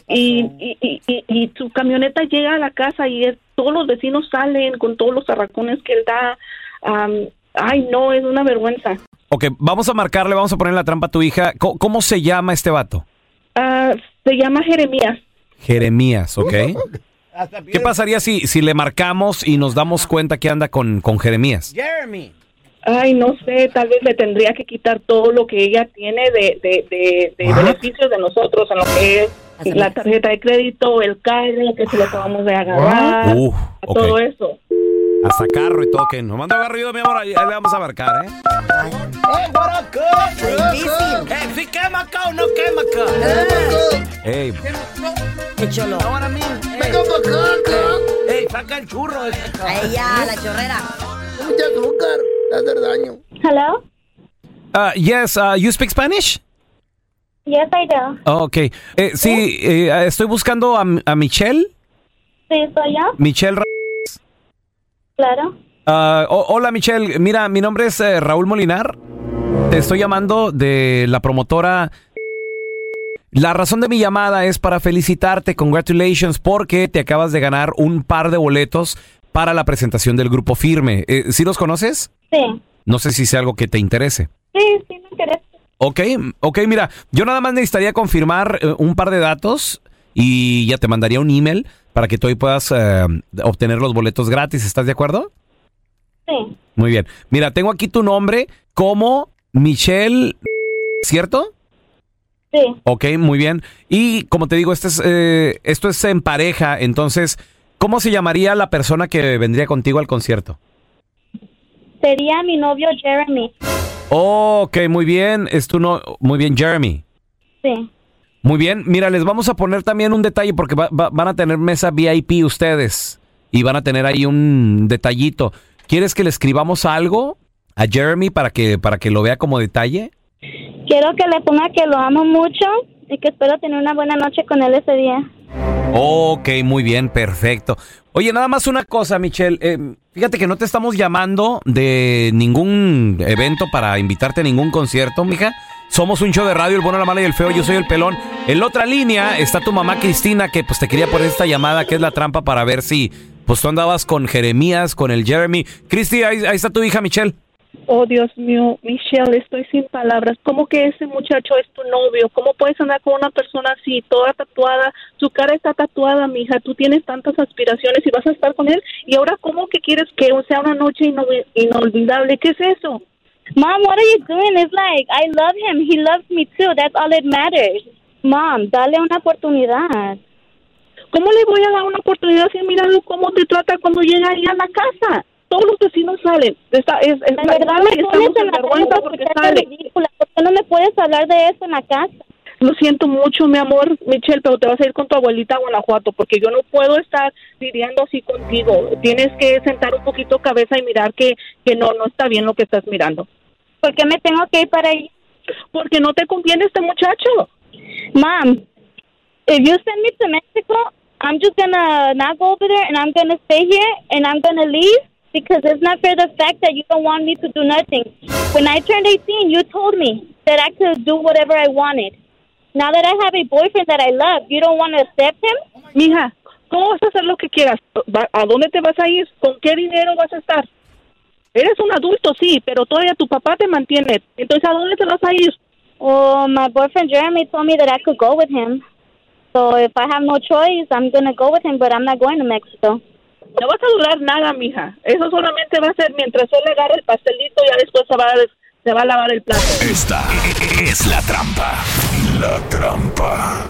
S11: y, y, y, y- y su camioneta llega a la casa y es- todos los vecinos salen con todos los arracones que él da. Am, ay, no, es una vergüenza.
S1: Ok, vamos a marcarle, vamos a poner la trampa a tu hija. Co- ¿Cómo, se llama este vato?
S11: Ah, se llama Jeremías.
S1: Jeremías, ¿ok? ¿Qué pasaría si, si le marcamos y nos damos cuenta que anda con, con Jeremías?
S11: Jeremy. Ay, no sé, tal vez le tendría que quitar todo lo que ella tiene de, de, de- de beneficios de nosotros, en lo que es la tarjeta de crédito, el carro que se lo acabamos de
S4: ¿Ah?
S11: agarrar,
S1: Uf, ok.
S11: todo eso.
S1: Hasta carro y toque. No manda agarre yo, mi amor, ahí ahí le vamos a marcar, ¿eh?
S12: Eh, si quema acá o no quema acá.
S3: Eh.
S1: Ey,
S3: Échalo.
S12: eh. Ey, saca el churro.
S3: A ella, la chorrera.
S4: Mucha azúcar, te hace daño.
S13: Hello?
S1: ah, yes, ah, you speak Spanish?
S13: Yes, I do.
S1: Oh, ok. Eh, sí, eh, estoy buscando a, a Michelle.
S13: Sí, soy yo.
S1: Michelle. Ra-
S13: Claro.
S1: Ah, ho- hola Michelle, mira, mi nombre es eh, Raúl Molinar. Te estoy llamando de la promotora. La razón de mi llamada es para felicitarte, congratulations, porque te acabas de ganar un par de boletos para la presentación del grupo Firme. Eh, ¿Sí los conoces?
S13: Sí.
S1: No sé si sea algo que te interese.
S13: Sí, sí, me interesa.
S1: Ok, ok, mira, yo nada más necesitaría confirmar eh, un par de datos y ya te mandaría un email para que tú ahí puedas eh, obtener los boletos gratis. ¿Estás de acuerdo?
S13: Sí.
S1: Muy bien. Mira, tengo aquí tu nombre como Michelle, ¿cierto?
S13: Sí.
S1: Ok, muy bien. Y como te digo, este es, eh, esto es en pareja, entonces, ¿cómo se llamaría la persona que vendría contigo al concierto?
S13: Sería mi novio Jeremy.
S1: ok, muy bien. Es tu no- muy bien, Jeremy.
S13: Sí.
S1: Muy bien, mira, les vamos a poner también un detalle porque va- va- van a tener mesa VIP ustedes y van a tener ahí un detallito. ¿Quieres que le escribamos algo a Jeremy para que, para que lo vea como detalle?
S13: Quiero que le ponga que lo amo mucho y que espero tener una buena noche con él ese día.
S1: Ok, muy bien, perfecto. Oye, nada más una cosa, Michelle. eh, fíjate que no te estamos llamando de ningún evento para invitarte a ningún concierto, mija. Somos un show de radio, el bueno, la mala y el feo. Yo soy el pelón. En la otra línea está tu mamá Cristina, que pues te quería poner esta llamada, que es la trampa para ver si pues tú andabas con Jeremías, con el Jeremy. Cristi, ahí, ahí está tu hija, Michelle.
S11: Oh, Dios mío, Michelle, estoy sin palabras. ¿Cómo que ese muchacho es tu novio? ¿Cómo puedes andar con una persona así, toda tatuada? Su cara está tatuada, mija. Tú tienes tantas aspiraciones y vas a estar con él. ¿Y ahora cómo que quieres que sea una noche ino- inolvidable? ¿Qué es eso?
S13: Mom, what are you doing? It's like, I love him. He loves me too. That's all that matters. Mom, dale una oportunidad.
S11: ¿Cómo le voy a dar una oportunidad si mira cómo te trata cuando llega ahí a la casa? Todos los vecinos salen. Está, es, es-
S13: La verdad me
S11: estamos
S13: pones en la
S11: vergüenza
S13: cara,
S11: porque
S13: muchacha
S11: sale.
S13: ridícula. ¿Por qué no me puedes hablar de eso en la casa?
S11: Lo siento mucho, mi amor, Michelle, pero te vas a ir con tu abuelita a Guanajuato porque yo no puedo estar lidiando así contigo. Tienes que sentar un poquito cabeza y mirar que, que no, no está bien lo que estás mirando.
S13: ¿Por qué me tengo que ir para allá?
S11: Porque no te conviene este muchacho.
S13: Mom, if you send me to Mexico, I'm just gonna not go over there and I'm gonna stay here and I'm gonna leave because it's not fair the fact that you don't want me to do nothing. When I turned 18, you told me that I could do whatever I wanted. Now that I have a boyfriend that I love, you don't want to accept him?
S11: Mija, ¿cómo vas a hacer lo que quieras? Va- ¿A dónde te vas a ir? ¿Con qué dinero vas a estar? Eres un adulto, sí, pero todavía tu papá te mantiene. Entonces, ¿a dónde te vas a ir?
S13: Well, Oh, my boyfriend Jeremy told me that I could go with him. So if I have no choice, I'm gonna go with him, but I'm not going to Mexico.
S11: No vas a durar nada, mija. Eso solamente va a ser mientras él agarra el pastelito y ya después se va a, se va a lavar el plato.
S14: Esta es la trampa. La trampa.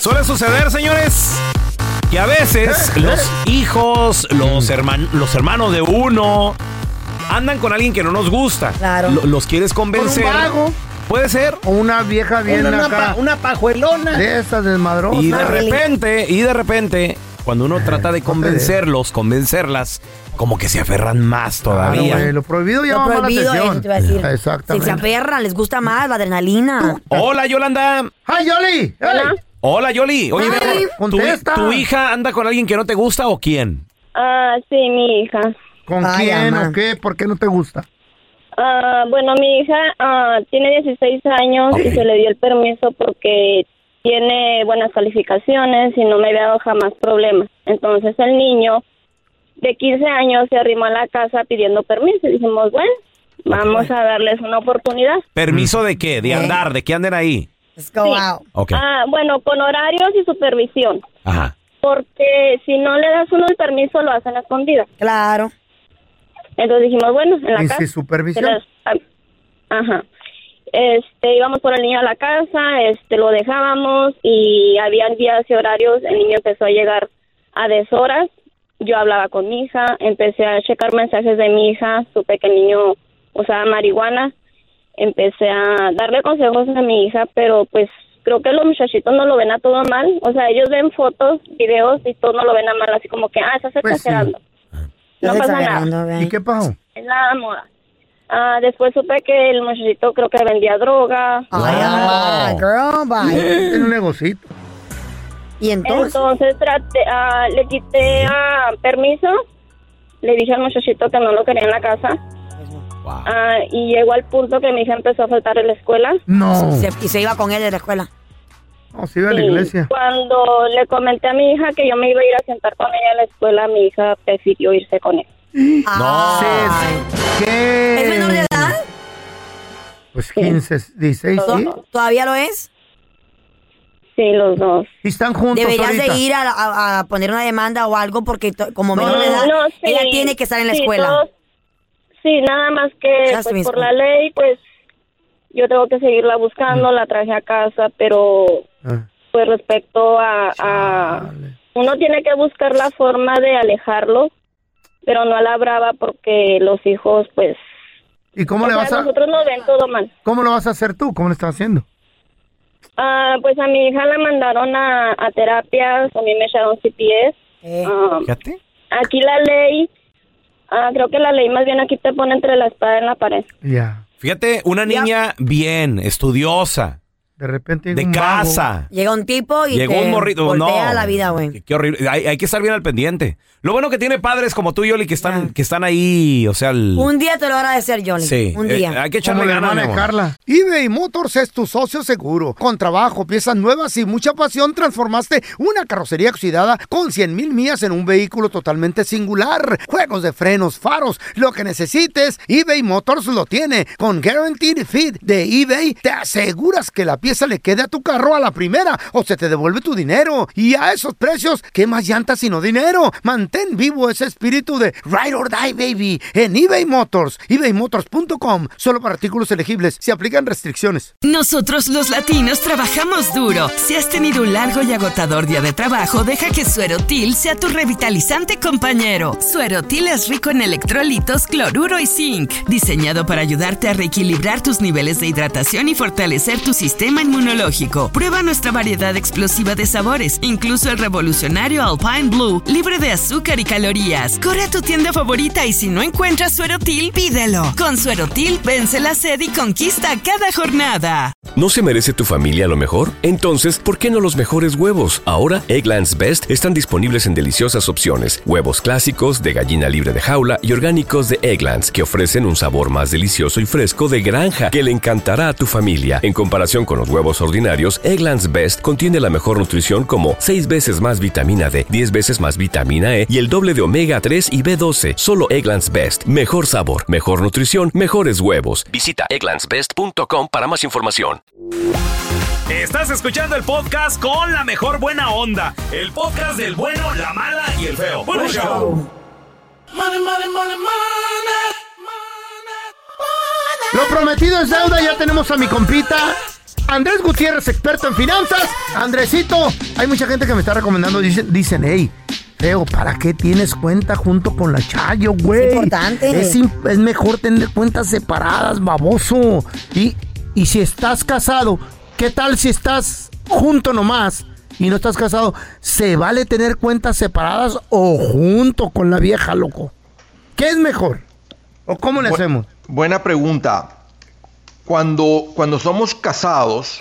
S1: Suele suceder, señores, que a veces
S4: Eh,
S1: los hijos, los, herman- los hermanos de uno, andan con alguien que no nos gusta.
S4: Claro.
S1: Lo- los quieres
S4: Por un
S1: convencer.
S4: vago.
S1: Puede ser.
S4: O una vieja bien
S1: Una- una
S4: acá.
S1: pa-
S4: una pajuelona. De estas desmadrosas.
S1: Y de repente, y de repente, cuando
S4: Eh,
S1: uno trata de convencerlos, convencerlas, como que se aferran más todavía.
S4: güey, lo prohibido
S3: Lo
S4: llama la
S3: prohibido,
S4: atención.
S3: eso te iba a decir. Si se
S4: Exactamente.
S3: aferran, les gusta más la adrenalina.
S1: Hola, Yolanda.
S4: um, ¡Ay, Yoli!
S1: Hola, Yoli. Oye, mi
S3: Ay,
S1: amor, ¿tu,
S3: contesta.
S1: tu hija anda con alguien que no te gusta o quién?
S13: Ah, sí, mi hija.
S4: ¿Con
S3: Ay,
S4: quién
S3: ama.
S4: o qué? ¿Por qué no te gusta?
S15: Ah, bueno, mi hija ah, tiene 16 años y se le dio el permiso porque tiene buenas calificaciones y no me había dado jamás problemas. Entonces el niño de 15 años se arrimó a la casa pidiendo permiso y dijimos, bueno, vamos a darles una oportunidad.
S4: Mm.
S1: ¿Permiso de qué? ¿De andar? ¿De qué anden ahí?
S15: Sí.
S1: Ok.
S15: Ah, bueno, con horarios y supervisión.
S1: Ajá.
S15: Porque si no le das uno el permiso, lo hacen a escondidas. Claro. Entonces dijimos, bueno, en la
S4: ¿Y
S15: casa.
S4: sin supervisión?
S15: Pero, ah, Ajá. Este, íbamos por el niño a la casa, este, lo dejábamos y había días y horarios. El niño empezó a llegar a deshoras. Yo hablaba con mi hija, empecé a checar mensajes de mi hija, supe que el niño usaba marihuana empecé a darle consejos a mi hija, pero pues creo que los muchachitos no lo ven a todo mal. O sea, ellos ven fotos, videos y todo no lo ven a mal, así como que, ah, estás
S4: Pues sí.
S15: exagerando. No pasa nada.
S4: ¿Y qué pasó?
S15: Es la moda. Ah, después supe que el muchachito creo que vendía droga.
S4: Ah,
S15: girl,
S4: Es un negocito.
S15: ¿Y entonces? traté, ah, le quité ah, permiso, le dije al muchachito que no lo quería en la casa. Ah, y llegó al punto que mi hija empezó a faltar en la escuela.
S4: No.
S3: Se- y se iba con él de la escuela.
S4: No, se iba a la
S15: Sí,
S4: iglesia.
S15: Cuando le comenté a mi hija que yo me iba a ir a sentar con ella a la escuela, mi hija prefirió irse con él.
S3: Ah.
S4: ¿Qué? ¿Es menor de edad? Eh, Pues 15, 16, ¿sí?
S3: ¿To- ¿Todavía lo es?
S15: Sí, los dos.
S4: ¿Y están juntos
S3: Deberías
S4: ahorita?
S3: de ir a, a- a poner una demanda o algo porque to- como menor de edad,
S15: No, sí,
S3: ella tiene que estar en la
S15: sí,
S3: escuela.
S15: todos- sí, nada más que
S3: Just
S15: pues,
S3: miss-
S15: por la ley, pues yo tengo que seguirla buscando, la traje a casa, pero pues respecto a, a- Uno tiene que buscar la forma de alejarlo, pero no a la brava porque los hijos, pues...
S4: ¿Y cómo
S15: o
S4: le
S15: sea,
S4: vas a-
S15: Nosotros no ven todo mal.
S4: ¿Cómo lo vas a hacer tú? ¿Cómo lo estás haciendo?
S15: Ah, pues a mi hija la mandaron a, a terapias, a mí me echaron CPS. Ah, aquí la ley, ah, creo que la ley más bien aquí te pone entre la espada y la pared.
S1: Fíjate, una niña bien, estudiosa.
S4: De repente.
S1: De casa.
S3: Llega un tipo y
S1: Llegó
S3: te
S1: un morrito,
S3: voltea
S1: no.
S3: la vida, güey.
S1: Qué horrible. Hay, hay que estar bien al pendiente. Lo bueno que tiene padres como tú, Yoli, que están, que están ahí, o sea, el-
S3: Un día te lo agradecer, Jolly.
S1: Sí,
S3: Un
S1: eh,
S3: día.
S1: hay que echarle
S4: Como la
S1: ganas,
S4: hermana
S1: mi
S4: de
S1: amor.
S4: Carla. eBay Motors es tu socio seguro. Con trabajo, piezas nuevas y mucha pasión, transformaste una carrocería oxidada con 100 mil millas en un vehículo totalmente singular. Juegos de frenos, faros, lo que necesites, eBay Motors lo tiene. Con Guaranteed Fit de eBay, te aseguras que la pieza le quede a tu carro a la primera o se te devuelve tu dinero. Y a esos precios, ¿qué más llantas sino dinero? Mantén vivo ese espíritu de Ride or Die, baby, en eBay Motors. ebaymotors.com. Solo para artículos elegibles. Se aplican restricciones.
S16: Nosotros los latinos trabajamos duro. Si has tenido un largo y agotador día de trabajo, deja que Suerotil sea tu revitalizante compañero. Suerotil es rico en electrolitos, cloruro y zinc, diseñado para ayudarte a reequilibrar tus niveles de hidratación y fortalecer tu sistema inmunológico. Prueba nuestra variedad explosiva de sabores, incluso el revolucionario Alpine Blue, libre de azúcar y calorías. Corre a tu tienda favorita y si no encuentras Suerotil, pídelo. Con Suerotil vence la sed y conquista cada jornada.
S2: ¿No se merece tu familia lo mejor? Entonces, ¿por qué no los mejores huevos? Ahora, Egglands Best están disponibles en deliciosas opciones. Huevos clásicos, de gallina libre de jaula y orgánicos de Egglands, que ofrecen un sabor más delicioso y fresco de granja que le encantará a tu familia. En comparación con los huevos ordinarios, Egglands Best contiene la mejor nutrición como 6 veces más vitamina D, 10 veces más vitamina E y el doble de omega 3 y B12. Solo Egglands Best. Mejor sabor, mejor nutrición, mejores huevos. Visita egglandsbest.com para más información.
S1: Estás escuchando el podcast con la mejor buena onda. El podcast del bueno, la mala y el feo. Bueno, show.
S6: Money, money, money, money.
S4: Lo prometido es deuda. Ya tenemos a mi compita. Andrés Gutiérrez, experto en finanzas. Andresito, hay mucha gente que me está recomendando. Dicen, dicen hey, Leo, ¿para qué tienes cuenta junto con la Chayo, güey? Es importante. Es, mejor tener cuentas separadas, baboso. Y, y si estás casado, ¿qué tal si estás junto nomás y no estás casado? ¿Se vale tener cuentas separadas o junto con la vieja, loco? ¿Qué es mejor? ¿O cómo le
S17: Bu-
S4: hacemos?
S17: Buena pregunta. Cuando, cuando somos casados,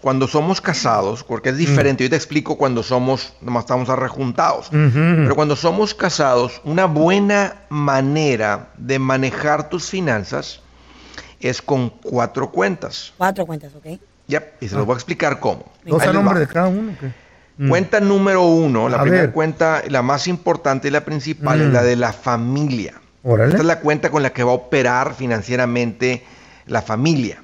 S17: cuando somos casados, porque es
S4: Mm.
S17: diferente, yo te explico cuando somos, nomás estamos arrejuntados,
S4: Mm.
S17: pero cuando somos casados, una buena manera de manejar tus finanzas es con cuatro cuentas.
S3: Cuatro cuentas, ¿ok?
S17: Yep, y se los voy a explicar cómo.
S4: Ah. ¿Dos
S17: Ahí
S4: a
S17: les va.
S4: nombre de cada uno? ¿qué?
S17: Cuenta número uno, la
S4: Mm. A
S17: primera
S4: ver.
S17: cuenta, la más importante y la principal es
S4: Mm.
S17: la de la familia.
S4: Órale.
S17: Esta es la cuenta con la que va a operar financieramente la familia.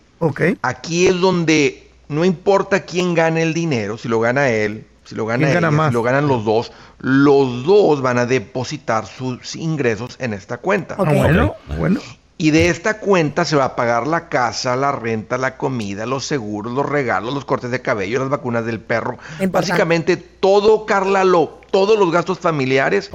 S17: Aquí es donde no importa quién gane el dinero, si lo gana él, si lo gana,
S4: ¿Quién gana
S17: ella,
S4: más?
S17: si lo ganan los dos, los dos van a depositar sus ingresos en esta cuenta.
S4: Ah, bueno, bueno.
S17: Y de esta cuenta se va a pagar la casa, la renta, la comida, los seguros, los regalos, los cortes de cabello, las vacunas del perro. Básicamente todo, Carla, lo, todos los gastos familiares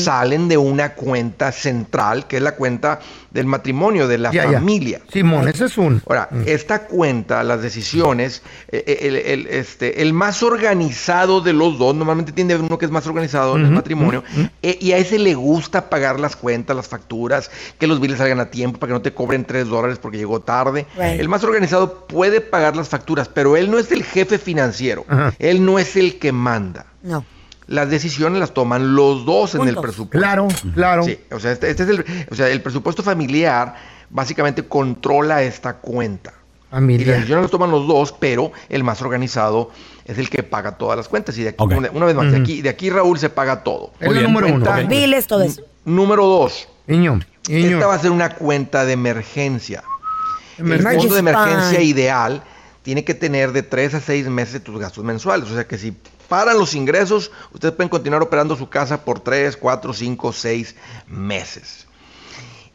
S17: salen de una cuenta central, que es la cuenta del matrimonio, de la
S4: Ya, ya.
S17: familia.
S4: Simón, ese es un.
S17: Ahora, esta cuenta, las decisiones, eh, eh, el, el- este, el más organizado de los dos, normalmente tiene uno que es más organizado en el
S4: Ujú,
S17: matrimonio, eh, y a ese le gusta pagar las cuentas, las facturas, que los biles salgan a tiempo para que no te cobren tres dólares porque llegó tarde.
S4: Right.
S17: El más organizado puede pagar las facturas, pero él no es el jefe financiero,
S4: Ajá.
S17: él no es el que manda.
S3: No.
S17: Las decisiones las toman los dos en el
S4: Juntos.
S17: presupuesto.
S4: Claro, claro.
S17: Sí, o sea, este, este es el, o sea, el presupuesto familiar básicamente controla esta cuenta.
S4: Ah,
S17: Y las
S4: Familia.
S17: decisiones las toman los dos, pero el más organizado es el que paga todas las cuentas. Y de aquí,
S4: Ok.
S17: una- una vez más, de,
S4: Ujú.
S17: aquí, de aquí Raúl se paga todo.
S4: Es la Muy bien. número uno. Ok.
S3: Biles, todo eso.
S17: Número dos.
S4: Niño,
S17: Esta va a ser una cuenta de emergencia.
S4: Emergencia.
S17: El fondo de emergencia
S4: Fine.
S17: ideal tiene que tener de tres a seis meses de tus gastos mensuales. O sea que si paran los ingresos, ustedes pueden continuar operando su casa por tres, cuatro, cinco, seis meses.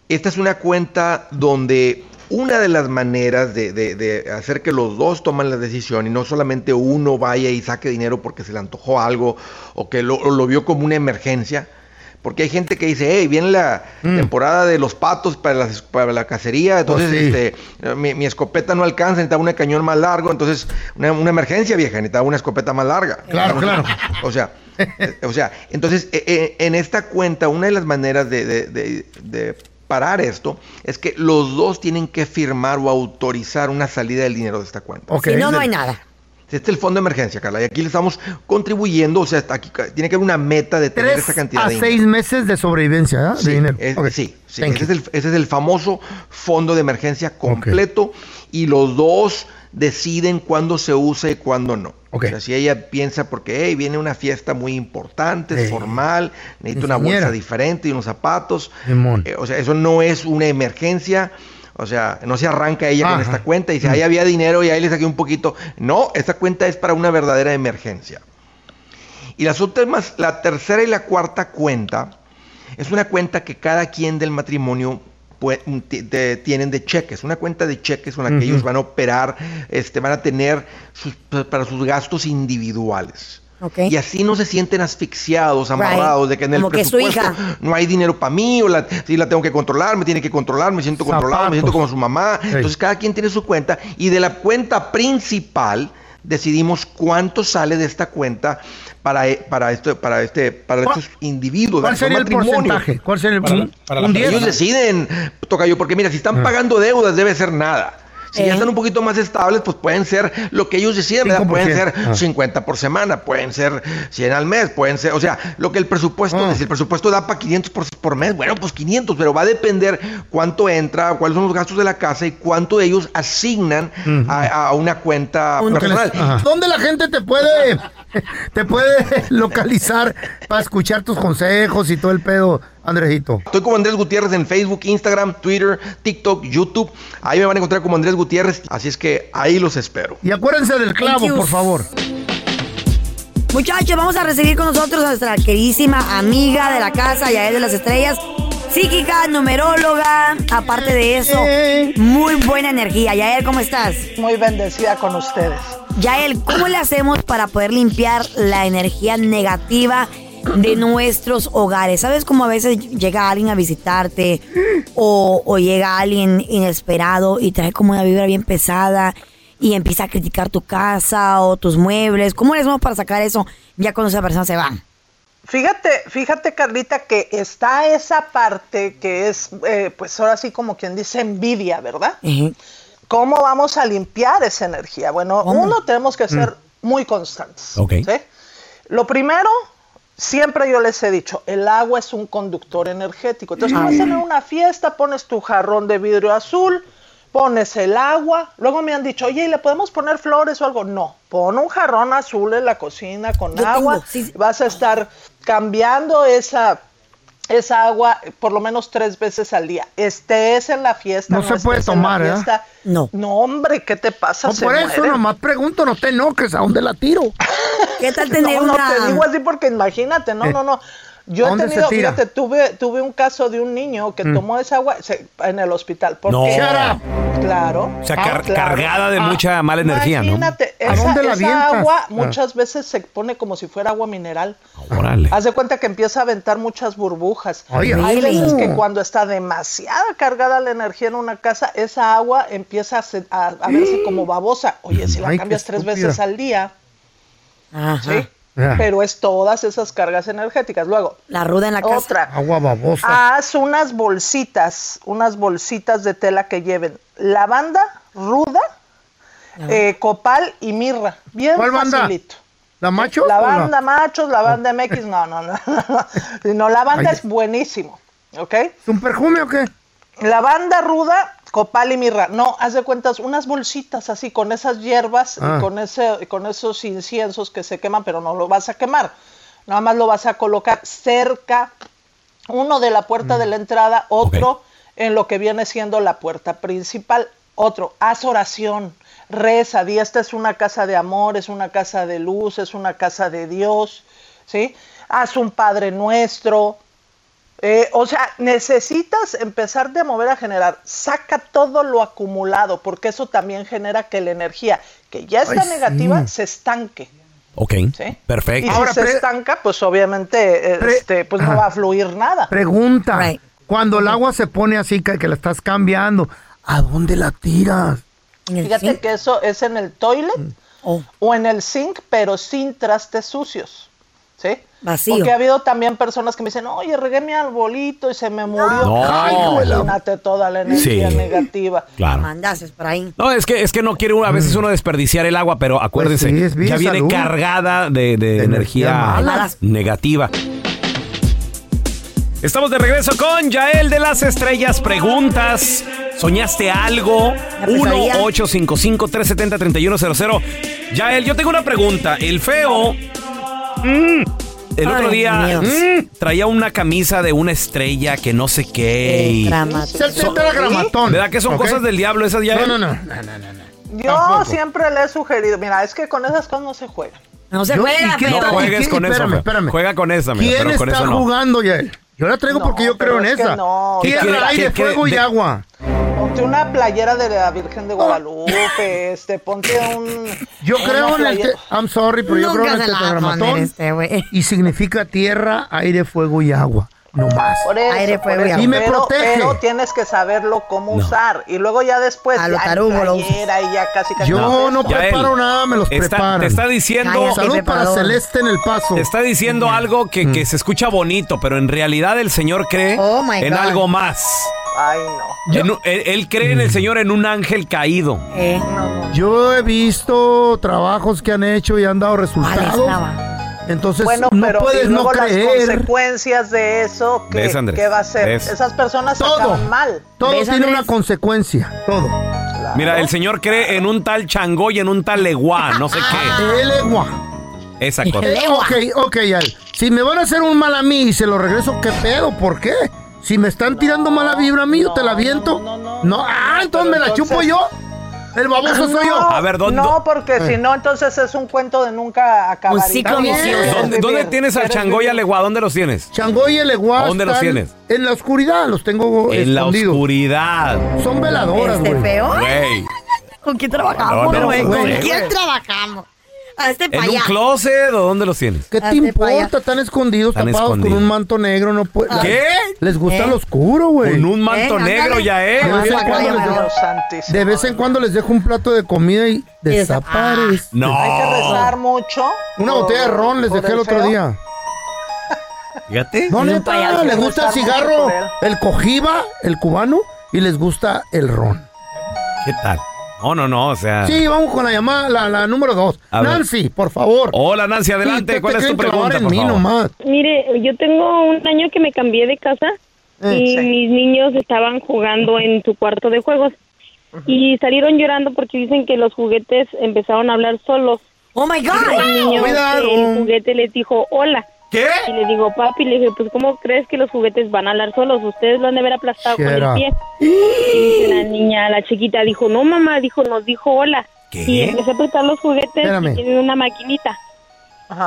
S17: Esta es una cuenta donde una de las maneras de, de- de hacer que los dos toman la decisión y no solamente uno vaya y saque dinero porque se le antojó algo o que lo, lo vio como una emergencia. Porque hay gente que dice, hey, viene la
S4: Mm.
S17: temporada de los patos para, las- para la cacería, entonces
S4: Pues sí.
S17: este, mi, mi escopeta no alcanza, necesitaba un cañón más largo, entonces una, una emergencia vieja, necesitaba una escopeta más larga.
S4: Claro, claro.
S17: O sea, eh, o sea, entonces eh, eh, en esta cuenta una de las maneras de, de- de- de parar esto es que los dos tienen que firmar o autorizar una salida del dinero de esta cuenta.
S3: Si no, no hay nada.
S17: Este es el fondo de emergencia, Carla, y aquí le estamos contribuyendo, o sea, hasta aquí ca- tiene que haber una meta de tener esa
S4: Tres
S17: cantidad
S4: a
S17: de dinero.
S4: seis meses de sobrevivencia ¿ah?
S17: Sí,
S4: de dinero.
S17: es-
S18: pues
S4: Ok.
S17: sí, sí,
S4: Thank
S17: ese, es el, ese es el famoso fondo de emergencia completo y los dos deciden cuándo se usa y cuándo no. O sea, si ella piensa porque hey, viene una fiesta muy importante, es
S4: Sí.
S17: formal, necesito una
S4: Ingeniera.
S17: bolsa diferente y unos zapatos.
S4: Simón.
S17: eh, o sea, eso no es una emergencia. O sea, no se arranca ella con
S4: Ajá. Mm.
S17: esta cuenta y dice, ahí había dinero y ahí le saqué un poquito. No, esta cuenta es para una verdadera emergencia. Y las últimas, la tercera y la cuarta cuenta, es una cuenta que cada quien del matrimonio pue- ti- te- tienen de cheques, una cuenta de cheques con la que
S4: Ujú.
S17: ellos van a operar, este, van a tener sus- para sus gastos individuales. Y así no se sienten asfixiados, amarrados, de que en el
S3: Como que es su
S17: presupuesto
S3: hija.
S17: no hay dinero para mí, o la, si la tengo que controlar, me tiene que controlar, me siento controlado, me siento como su mamá. Entonces cada quien tiene su cuenta y de la cuenta principal decidimos cuánto sale de esta cuenta para, e- para, esto, para, este, para
S4: ¿Cuál-
S17: estos individuos.
S4: ¿Cuál
S17: para su
S4: sería el
S17: matrimonio.
S4: porcentaje? ¿Cuál sería el
S17: Para la-
S4: un-
S17: para
S4: un Ah.
S17: la-
S4: 10?
S17: Ellos deciden, Tocayo, porque mira, si están pagando deudas debe ser nada. Si
S4: Eh.
S17: ya están un poquito más estables, pues pueden ser lo que ellos decidan, ¿verdad? Pueden ser
S4: 5%. Ah.
S17: 50 por semana, pueden ser 100 al mes, pueden ser, o sea, lo que el presupuesto,
S4: Ah.
S17: si el presupuesto da para 500 por, por mes, bueno, pues 500, pero va a depender cuánto entra, cuáles son los gastos de la casa y cuánto ellos asignan a, a una cuenta
S4: Un-
S17: personal.
S4: Ajá. ¿Dónde la gente te puede te puede localizar para escuchar tus consejos y todo el pedo, Andrejito?
S17: Estoy como Andrés Gutiérrez en Facebook, Instagram, Twitter, TikTok, YouTube. Ahí me van a encontrar como Andrés Gutiérrez, así es que ahí los espero.
S4: Y acuérdense del clavo,
S3: Thank you.
S4: por favor.
S3: Muchachos, vamos a recibir con nosotros a nuestra queridísima amiga de la casa, Yael de las Estrellas, psíquica, numeróloga, aparte de eso, muy buena energía. Yael, ¿cómo estás?
S18: Muy bendecida con ustedes.
S3: Yael, ¿cómo le hacemos para poder limpiar la energía negativa de nuestros hogares? ¿Sabes cómo a veces llega alguien a visitarte o, o llega alguien inesperado y trae como una vibra bien pesada y empieza a criticar tu casa o tus muebles? ¿Cómo le hacemos para sacar eso ya cuando esa persona se va?
S18: Fíjate, fíjate Carlita que está esa parte que es, eh, pues ahora sí como quien dice envidia, ¿verdad? ¿Cómo vamos a limpiar esa energía? Bueno, uno tenemos que ser muy constantes.
S1: Ok.
S18: ¿sí? Lo primero, siempre yo les he dicho, el agua es un conductor energético. Entonces, tú vas a tener una fiesta, pones tu jarrón de vidrio azul, pones el agua. Luego me han dicho, oye, ¿y le podemos poner flores o algo? No, pon un jarrón azul en la cocina con
S3: Yo
S18: agua.
S3: tengo, sí, sí.
S18: Vas a estar cambiando esa, esa agua por lo menos tres veces al día. Estés en la fiesta.
S4: No se puede
S18: estés en la
S4: tomar, ¿eh?
S18: fiesta.
S3: No.
S18: No, hombre, ¿qué te pasa?
S4: No,
S18: Se
S4: por eso
S18: mueren.
S4: nomás pregunto, no te enojes, ¿a dónde la tiro?
S3: ¿Qué tal
S18: no, No, te digo así porque imagínate, no,
S4: Eh,
S18: no, no. Yo he
S4: ¿dónde se
S18: tenido,
S4: tira?
S18: fíjate, tuve, tuve un caso de un niño que
S1: Mm.
S18: tomó esa agua se- en el hospital. ¿Por
S1: No.
S18: qué?
S1: Shut
S18: Claro.
S1: O sea,
S18: Ah,
S1: car-
S18: claro.
S1: cargada de
S18: Ah,
S1: mucha mala energía, ¿no?
S18: Imagínate,
S1: ¿A
S18: esa,
S1: dónde la
S18: esa
S1: avientas?
S18: agua
S1: Ah.
S18: muchas veces se pone como si fuera agua mineral.
S1: Órale.
S18: Haz de cuenta que empieza a aventar muchas burbujas.
S1: Ay,
S18: Hay
S1: ay.
S18: veces
S1: Really?
S18: que cuando está demasiada cargada la energía en una casa, esa agua empieza a, se- a- a verse como babosa. Oye, si la
S4: Ay, qué
S18: cambias tres
S4: estúpida.
S18: veces al día, ¿sí?
S4: Ah.
S18: Pero es todas esas cargas energéticas. Luego,
S3: La ruda en la casa.
S18: Otra. Ah,
S4: Agua babosa.
S18: Haz unas bolsitas, unas bolsitas de tela que lleven lavanda, ruda, eh, copal y mirra. Bien
S4: ¿Cuál banda?
S18: facilito.
S4: ¿La macho?
S18: La
S4: o la-
S18: banda machos, la banda MX, no, no, no. No, No, la banda
S4: Ay.
S18: es buenísimo, ¿ok?
S4: ¿Es un perfume o qué?
S18: La banda ruda, copal y mirra. No, haz de cuentas, unas bolsitas así con esas hierbas
S4: Ah.
S18: y con, ese, con esos inciensos que se queman, pero no lo vas a quemar. Nada más lo vas a colocar cerca, uno de la puerta de la entrada, otro en lo que viene siendo la puerta principal, otro, haz oración. Reza, di, esta es una casa de amor, es una casa de luz, es una casa de Dios, ¿sí? Haz un Padre Nuestro, eh, o sea, necesitas empezar de mover a generar. Saca todo lo acumulado, porque eso también genera que la energía que ya está
S1: Ay,
S18: negativa
S1: sí.
S18: se estanque.
S1: Ok.
S18: ¿sí?
S1: Perfecto.
S18: Y si se estanca, pues obviamente eh, este, pues
S4: Ajá.
S18: no va a fluir nada.
S4: Pregunta. Cuando el agua se pone así que, que la estás cambiando, ¿a dónde la tiras?
S18: Fíjate que eso es en el toilet
S4: Mm. Oh.
S18: o en el zinc, pero sin trastes sucios. ¿Sí?
S3: Vacío.
S18: Porque ha habido también personas que me dicen, oye, regué mi arbolito y se me murió.
S1: No.
S18: Ay,
S1: No.
S18: Imagínate toda la energía
S1: Sí.
S18: negativa.
S1: Claro.
S3: Mandases por ahí.
S1: No, es que, es que no quiere uno, a veces uno desperdiciar el agua, pero acuérdese,
S4: Mm. Pues sí, es bien
S1: ya viene
S4: salud.
S1: cargada de, de energía,
S4: mala.
S1: negativa. Estamos de regreso con Yael de las Estrellas. Preguntas. ¿Soñaste algo?
S3: pesadilla.
S1: 1-855-370-3100. Yael, yo tengo una pregunta. El feo. mm, el otro
S3: Ay,
S1: día
S3: Dios.
S1: mm, traía una camisa de una estrella que no sé qué. y-
S4: Se te da gramatón.
S1: ¿Verdad que son
S4: ¿ok?
S1: cosas del diablo esas, Yael?
S4: No, no, no.
S18: Yo siempre le he sugerido, mira, es que con esas cosas no se juega.
S3: No se
S4: Yo-
S3: juega,
S4: ¿y qué-
S3: pero-
S1: No juegues
S4: quién?
S1: con eso.
S4: Espérame,
S1: feo.
S4: espérame.
S1: Juega con esa, amigo,
S4: ¿Quién
S1: pero con
S4: está
S1: eso no.
S4: jugando, Yael? Yo la traigo porque yo
S18: pero
S4: creo en
S18: es que
S4: esa.
S18: no.
S1: ¿Qué quiere-
S4: Tierra, aire,
S1: qué quiere-
S4: fuego y
S1: de-
S4: agua.
S18: Ponte una playera de la Virgen de Guadalupe, este, ponte un...
S4: Yo
S18: una
S4: creo en el...
S18: playera-
S4: te- I'm sorry, pero yo
S3: Nunca
S4: creo en
S3: se
S4: el
S3: la va a
S4: tetragramatón.
S3: poner este, güey.
S4: y significa tierra, aire, fuego y agua. No más.
S18: Por eso,
S3: Aire,
S18: por
S3: fuego y
S18: eso,
S3: agua.
S4: Y me
S18: pero,
S4: protege.
S18: pero tienes que saberlo cómo usar. Y luego ya después,
S3: A lo
S18: ya en
S3: tarugo lo
S18: playera y ya casi casi...
S4: Yo no,
S18: no ves,
S1: Yael,
S4: preparo nada, me los
S1: está-
S4: preparan.
S1: Te está diciendo,
S3: Cállate,
S4: Salud para
S3: preparador.
S4: Celeste en el paso.
S1: te está diciendo algo que, que se escucha bonito, pero en realidad el Señor cree
S3: Oh, my
S1: en
S3: God.
S1: algo más.
S18: Ay, no.
S1: En un- él, él cree en el Señor en un ángel caído.
S3: Eh,
S4: Yo he visto trabajos que han hecho y han dado
S3: ¿cuál es
S4: resultados.
S3: la va?
S4: Entonces
S18: Bueno,
S4: no
S18: pero y
S4: puedes no
S18: luego las
S4: creer.
S18: consecuencias de eso, ¿qué,
S1: Ves, Andrés,
S18: qué va a ser?
S1: ves.
S18: Esas personas
S4: Todo.
S18: acaban mal.
S4: Todo
S3: ¿Ves,
S4: tiene
S3: Andrés?
S4: una consecuencia. Todo.
S1: Mira, el Señor cree en un tal changó y en un tal leguá, no sé qué.
S4: El egua.
S1: Esa cosa.
S4: Eh, ok, ok, Yael. Si me van a hacer un mal a mí y se lo regreso, ¿qué pedo? ¿Por qué? Si me están tirando mala vibra a mí, yo te la viento. No, ah, entonces me la
S18: entonces-
S4: chupo yo. El baboso soy yo. Eh.
S1: A ver, ¿dónde-
S18: No, porque si no, entonces es un cuento de nunca acabar.
S3: Un ciclo
S18: Quieres
S3: vicioso.
S1: ¿Dónde, dónde
S18: vivir,
S1: tienes al
S18: quieres
S1: changó y al
S18: vivir.
S1: leguá? ¿Dónde los tienes?
S4: Chango y el egua.
S1: ¿A dónde los
S4: están
S1: tienes?
S4: En la oscuridad, los tengo
S1: En la
S4: escondidos.
S1: oscuridad.
S4: Son veladoras,
S3: ¿Este
S4: güey.
S3: feo?
S1: Güey.
S3: ¿Con quién trabajamos,
S1: No, no,
S3: güey?
S1: no,
S3: ¿Con
S1: güey.
S3: quién trabajamos? A este
S1: ¿En un
S3: payaso.
S1: closet o dónde los tienes?
S4: ¿Qué te
S3: Hazte pa' allá.
S4: importa? Están escondidos,
S1: Están
S4: tapados
S1: escondidos.
S4: con un manto negro. No puede-
S1: ¿Qué?
S4: Les gusta
S3: ¿Eh?
S4: lo oscuro, güey.
S1: Con un manto
S3: Eh,
S1: negro
S3: ándale.
S1: ya, ¿eh?
S4: De vez, en
S3: Ah,
S4: cuando
S3: vaya,
S4: les
S3: vaya.
S4: dejo-
S18: Dios santísimo.
S4: de vez en cuando les dejo un plato de comida y desaparece.
S18: Hay que
S1: No.
S18: rezar mucho.
S4: Una
S18: por-
S4: botella de ron les
S18: por
S4: dejé el otro
S18: Oh, feo.
S4: día.
S1: Fíjate.
S4: No, neta,
S18: payaso.
S4: les gusta el
S18: Rezar mucho
S4: cigarro,
S18: por él.
S4: el cojiba, el cubano, y les gusta el ron.
S1: ¿Qué tal? No, no, no, o sea.
S4: Sí, vamos con la llamada, la, la número dos.
S1: Ah. A ver.
S4: Nancy, por favor.
S1: Hola, Nancy, adelante.
S4: Sí,
S1: ¿Cuál
S4: te
S1: es tu
S4: quieren clavar
S1: pregunta,
S4: en
S1: por
S4: mí
S1: favor?
S4: nomás.
S15: Mire, yo tengo un año que me cambié de casa
S4: Eh,
S15: y
S18: sí.
S15: mis niños estaban jugando en su cuarto de juegos. y salieron llorando porque dicen que los juguetes empezaron a hablar solos.
S3: Oh my God.
S15: El niño,
S3: Cuidado.
S15: el juguete les dijo hola.
S1: ¿Qué?
S15: Y le digo, papi, le dije, pues ¿cómo crees que los juguetes van a hablar solos? Ustedes lo han de haber aplastado con
S6: Chera.
S15: el pie. Y dice la niña, la chiquita, dijo, no mamá, dijo, nos dijo hola. Y empecé a apretar los juguetes
S4: Espérame.
S15: y tienen una maquinita.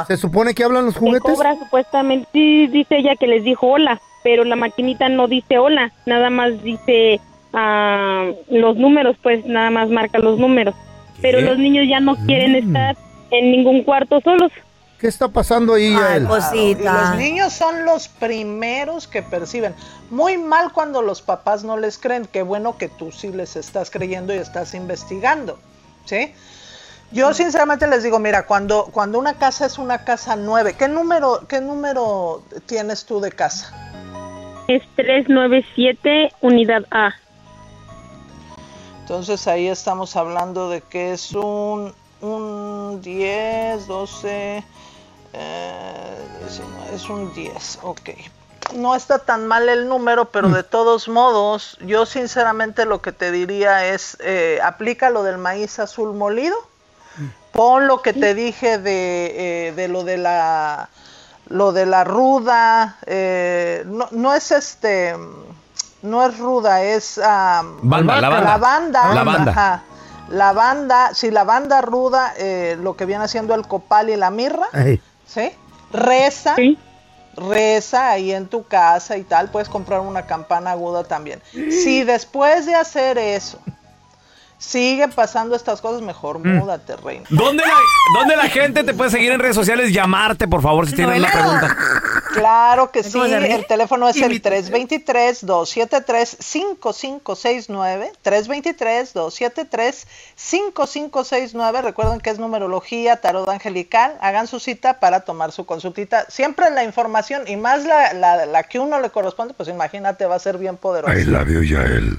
S4: ¿Se supone que hablan los
S15: que
S4: juguetes?
S15: cobra supuestamente, sí, dice ella que les dijo hola, pero la maquinita no dice hola, nada más dice ah, los números, pues nada más marca los números. Pero los niños ya no quieren estar en ningún cuarto solos.
S4: Mm. ¿Qué está pasando ahí, Yael?
S18: Y los niños son los primeros que perciben. Muy mal cuando los papás no les creen. Qué bueno que tú sí les estás creyendo y estás investigando. ¿Sí? Yo sinceramente les digo, mira, cuando, cuando una casa es una casa nueve, ¿qué número, ¿qué número tienes tú de casa?
S15: Es 397 unidad A.
S18: Entonces ahí estamos hablando de que es un, un 10, 12, eh, 19, es un 10, ok. No está tan mal el número, pero
S1: Mm.
S18: de todos modos, yo sinceramente lo que te diría es, eh, aplica lo del maíz azul molido,
S1: Mm.
S18: pon lo que te dije de, eh, de lo de la lo de la ruda, eh, no, no es este, no es ruda, es am,
S1: Banda, la banda.
S18: banda,
S1: La banda.
S18: ajá. La banda, si la banda ruda, eh, lo que viene haciendo el copal y la mirra, ¿sí? Reza, reza ahí en tu casa y tal, puedes comprar una campana aguda también. Si después de hacer eso sigue pasando estas cosas, mejor
S1: Mm.
S18: múdate, reina.
S1: ¿Dónde la, ¿Dónde la gente te puede seguir en redes sociales? Llamarte, por favor, si tienes una pregunta.
S18: Claro que sí,
S1: vas a reír?
S18: el teléfono es el 323-273-5569, 323-273-5569, recuerden que es numerología, tarot angelical, hagan su cita para tomar su consultita, siempre la información y más la, la, la que uno le corresponde, pues imagínate, va a ser bien poderosa.
S14: Ahí la vio ya él.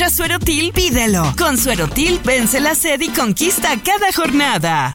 S16: Suerotil, pídelo. Con Suerotil vence la sed y conquista cada jornada.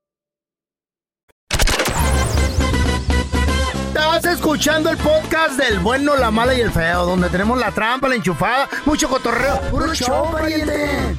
S4: Estás escuchando el podcast del bueno, la mala y el feo, donde tenemos la trampa, la enchufada, mucho cotorreo. ¡Puro show, pariente!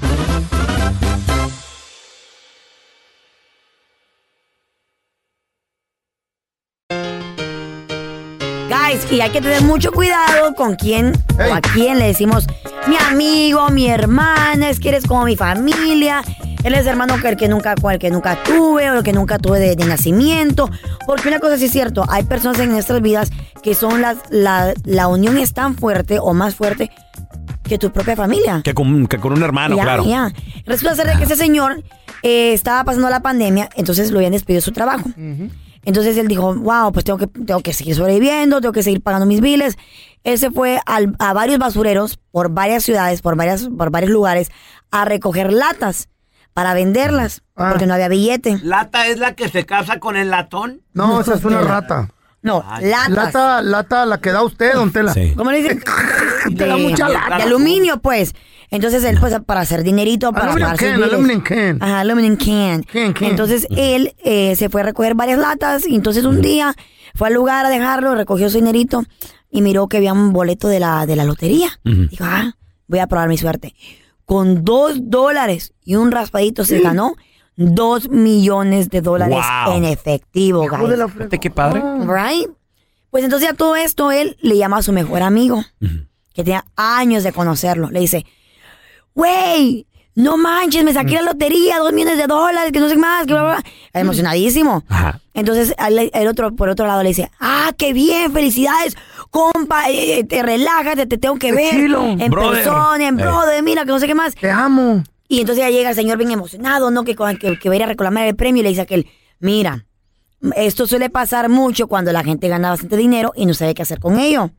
S3: Guys, y hay que tener mucho cuidado con quién o a quién le decimos mi amigo, mi hermana, es que eres como mi familia, él es hermano que el que nunca, cual que nunca tuve o el que nunca tuve de, de nacimiento. Porque una cosa sí es cierto, hay personas en nuestras vidas que son las, la, la unión es tan fuerte o más fuerte que tu propia familia.
S1: Que con, que con un hermano,
S3: Ya,
S1: Ah, claro.
S3: ya. Resulta ser de que ese señor eh, estaba pasando la pandemia, entonces lo habían despedido de su trabajo. Entonces él dijo, wow, pues tengo que, tengo que seguir sobreviviendo, tengo que seguir pagando mis biles. Él se fue al- a varios basureros por varias ciudades, por, varias, por varios lugares, a recoger latas para venderlas,
S4: Ah.
S3: porque no había billete.
S19: ¿Lata es la que se casa con el latón?
S4: No, esa es una rata.
S3: No, latas.
S4: Lata, lata la que da usted, don Tela.
S3: ¿Cómo le dicen?
S4: Te da mucha
S3: de-
S4: lata.
S3: de aluminio, pues. Entonces él, pues, para hacer dinerito, para
S4: Aluminum
S3: pagar
S4: can,
S3: sus biles.
S4: aluminum can.
S3: Ajá, aluminum can.
S4: can.
S3: Entonces él eh, se fue a recoger varias latas y entonces un día fue al lugar a dejarlo, recogió su dinerito y miró que había un boleto de la, de la lotería. Dijo, ah, voy a probar mi suerte. Con dos dólares y un raspadito se ganó dos millones de dólares
S1: Wow.
S3: en efectivo, guys. Mm,
S1: Fíjate qué padre.
S3: Ah. Right? Pues entonces a todo esto él le llama a su mejor amigo, que tenía años de conocerlo. Le dice, güey, no manches, me saqué la lotería, dos millones de dólares, que no sé qué más, que bla, bla, bla". Emocionadísimo. Entonces al- el otro, por otro lado le dice, ah, qué bien, felicidades, compa, eh, eh, te relajas, te, te tengo que
S4: Qué
S3: ver
S4: chilo.
S3: en
S4: Brother.
S3: persona, en
S4: Eh.
S3: brother, mira, que no sé qué más. Te amo. Y entonces ya llega el señor bien emocionado, ¿no? Que, con- que, que va a ir a reclamar el premio y le dice a aquel, mira, esto suele pasar mucho cuando la gente gana bastante dinero y no sabe qué hacer con ello.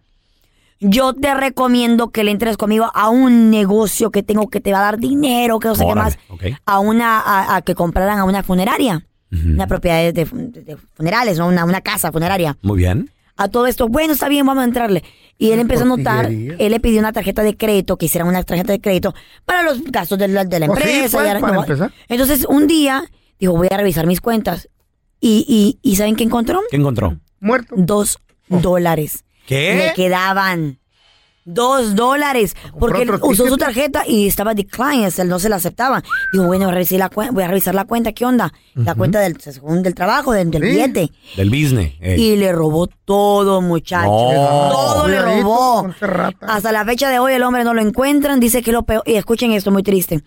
S3: Yo te recomiendo que le entres conmigo a un negocio que tengo que te va a dar dinero, que no sé
S6: Órale,
S3: qué más, a una a, a que compraran a una funeraria, una propiedad de, de- de funerales, ¿no? una, una casa funeraria.
S1: Muy bien.
S3: A todo esto, bueno, está bien, vamos a entrarle. Y él empezó a notar,
S1: porquería.
S3: él le pidió una tarjeta de crédito, que hicieran una tarjeta de crédito para los gastos de la, de la
S4: Pues sí,
S3: empresa.
S4: pues,
S3: y ahora-
S4: para
S3: no,
S4: empezar.
S3: Entonces, un día, dijo, voy a revisar mis cuentas. Y, y, ¿y ¿saben qué encontró?
S1: ¿Qué encontró?
S3: Muerto. Dos dólares.
S1: ¿Qué?
S3: Le quedaban. Dos dólares. Porque él
S1: otro
S3: usó su
S1: ticket.
S3: tarjeta y estaba declined, o sea, él no se la aceptaba. Dijo, bueno, voy a revisar la, cuen- voy a revisar la cuenta, ¿qué onda? La cuenta del, según del trabajo, del, del billete.
S1: Del business. eh.
S3: Y le robó todo, muchacho.
S1: No.
S3: Todo le
S1: Cuidadito
S3: robó. Hasta la fecha de hoy el hombre no lo encuentran. Dice que es lo peor. Y escuchen esto, muy triste.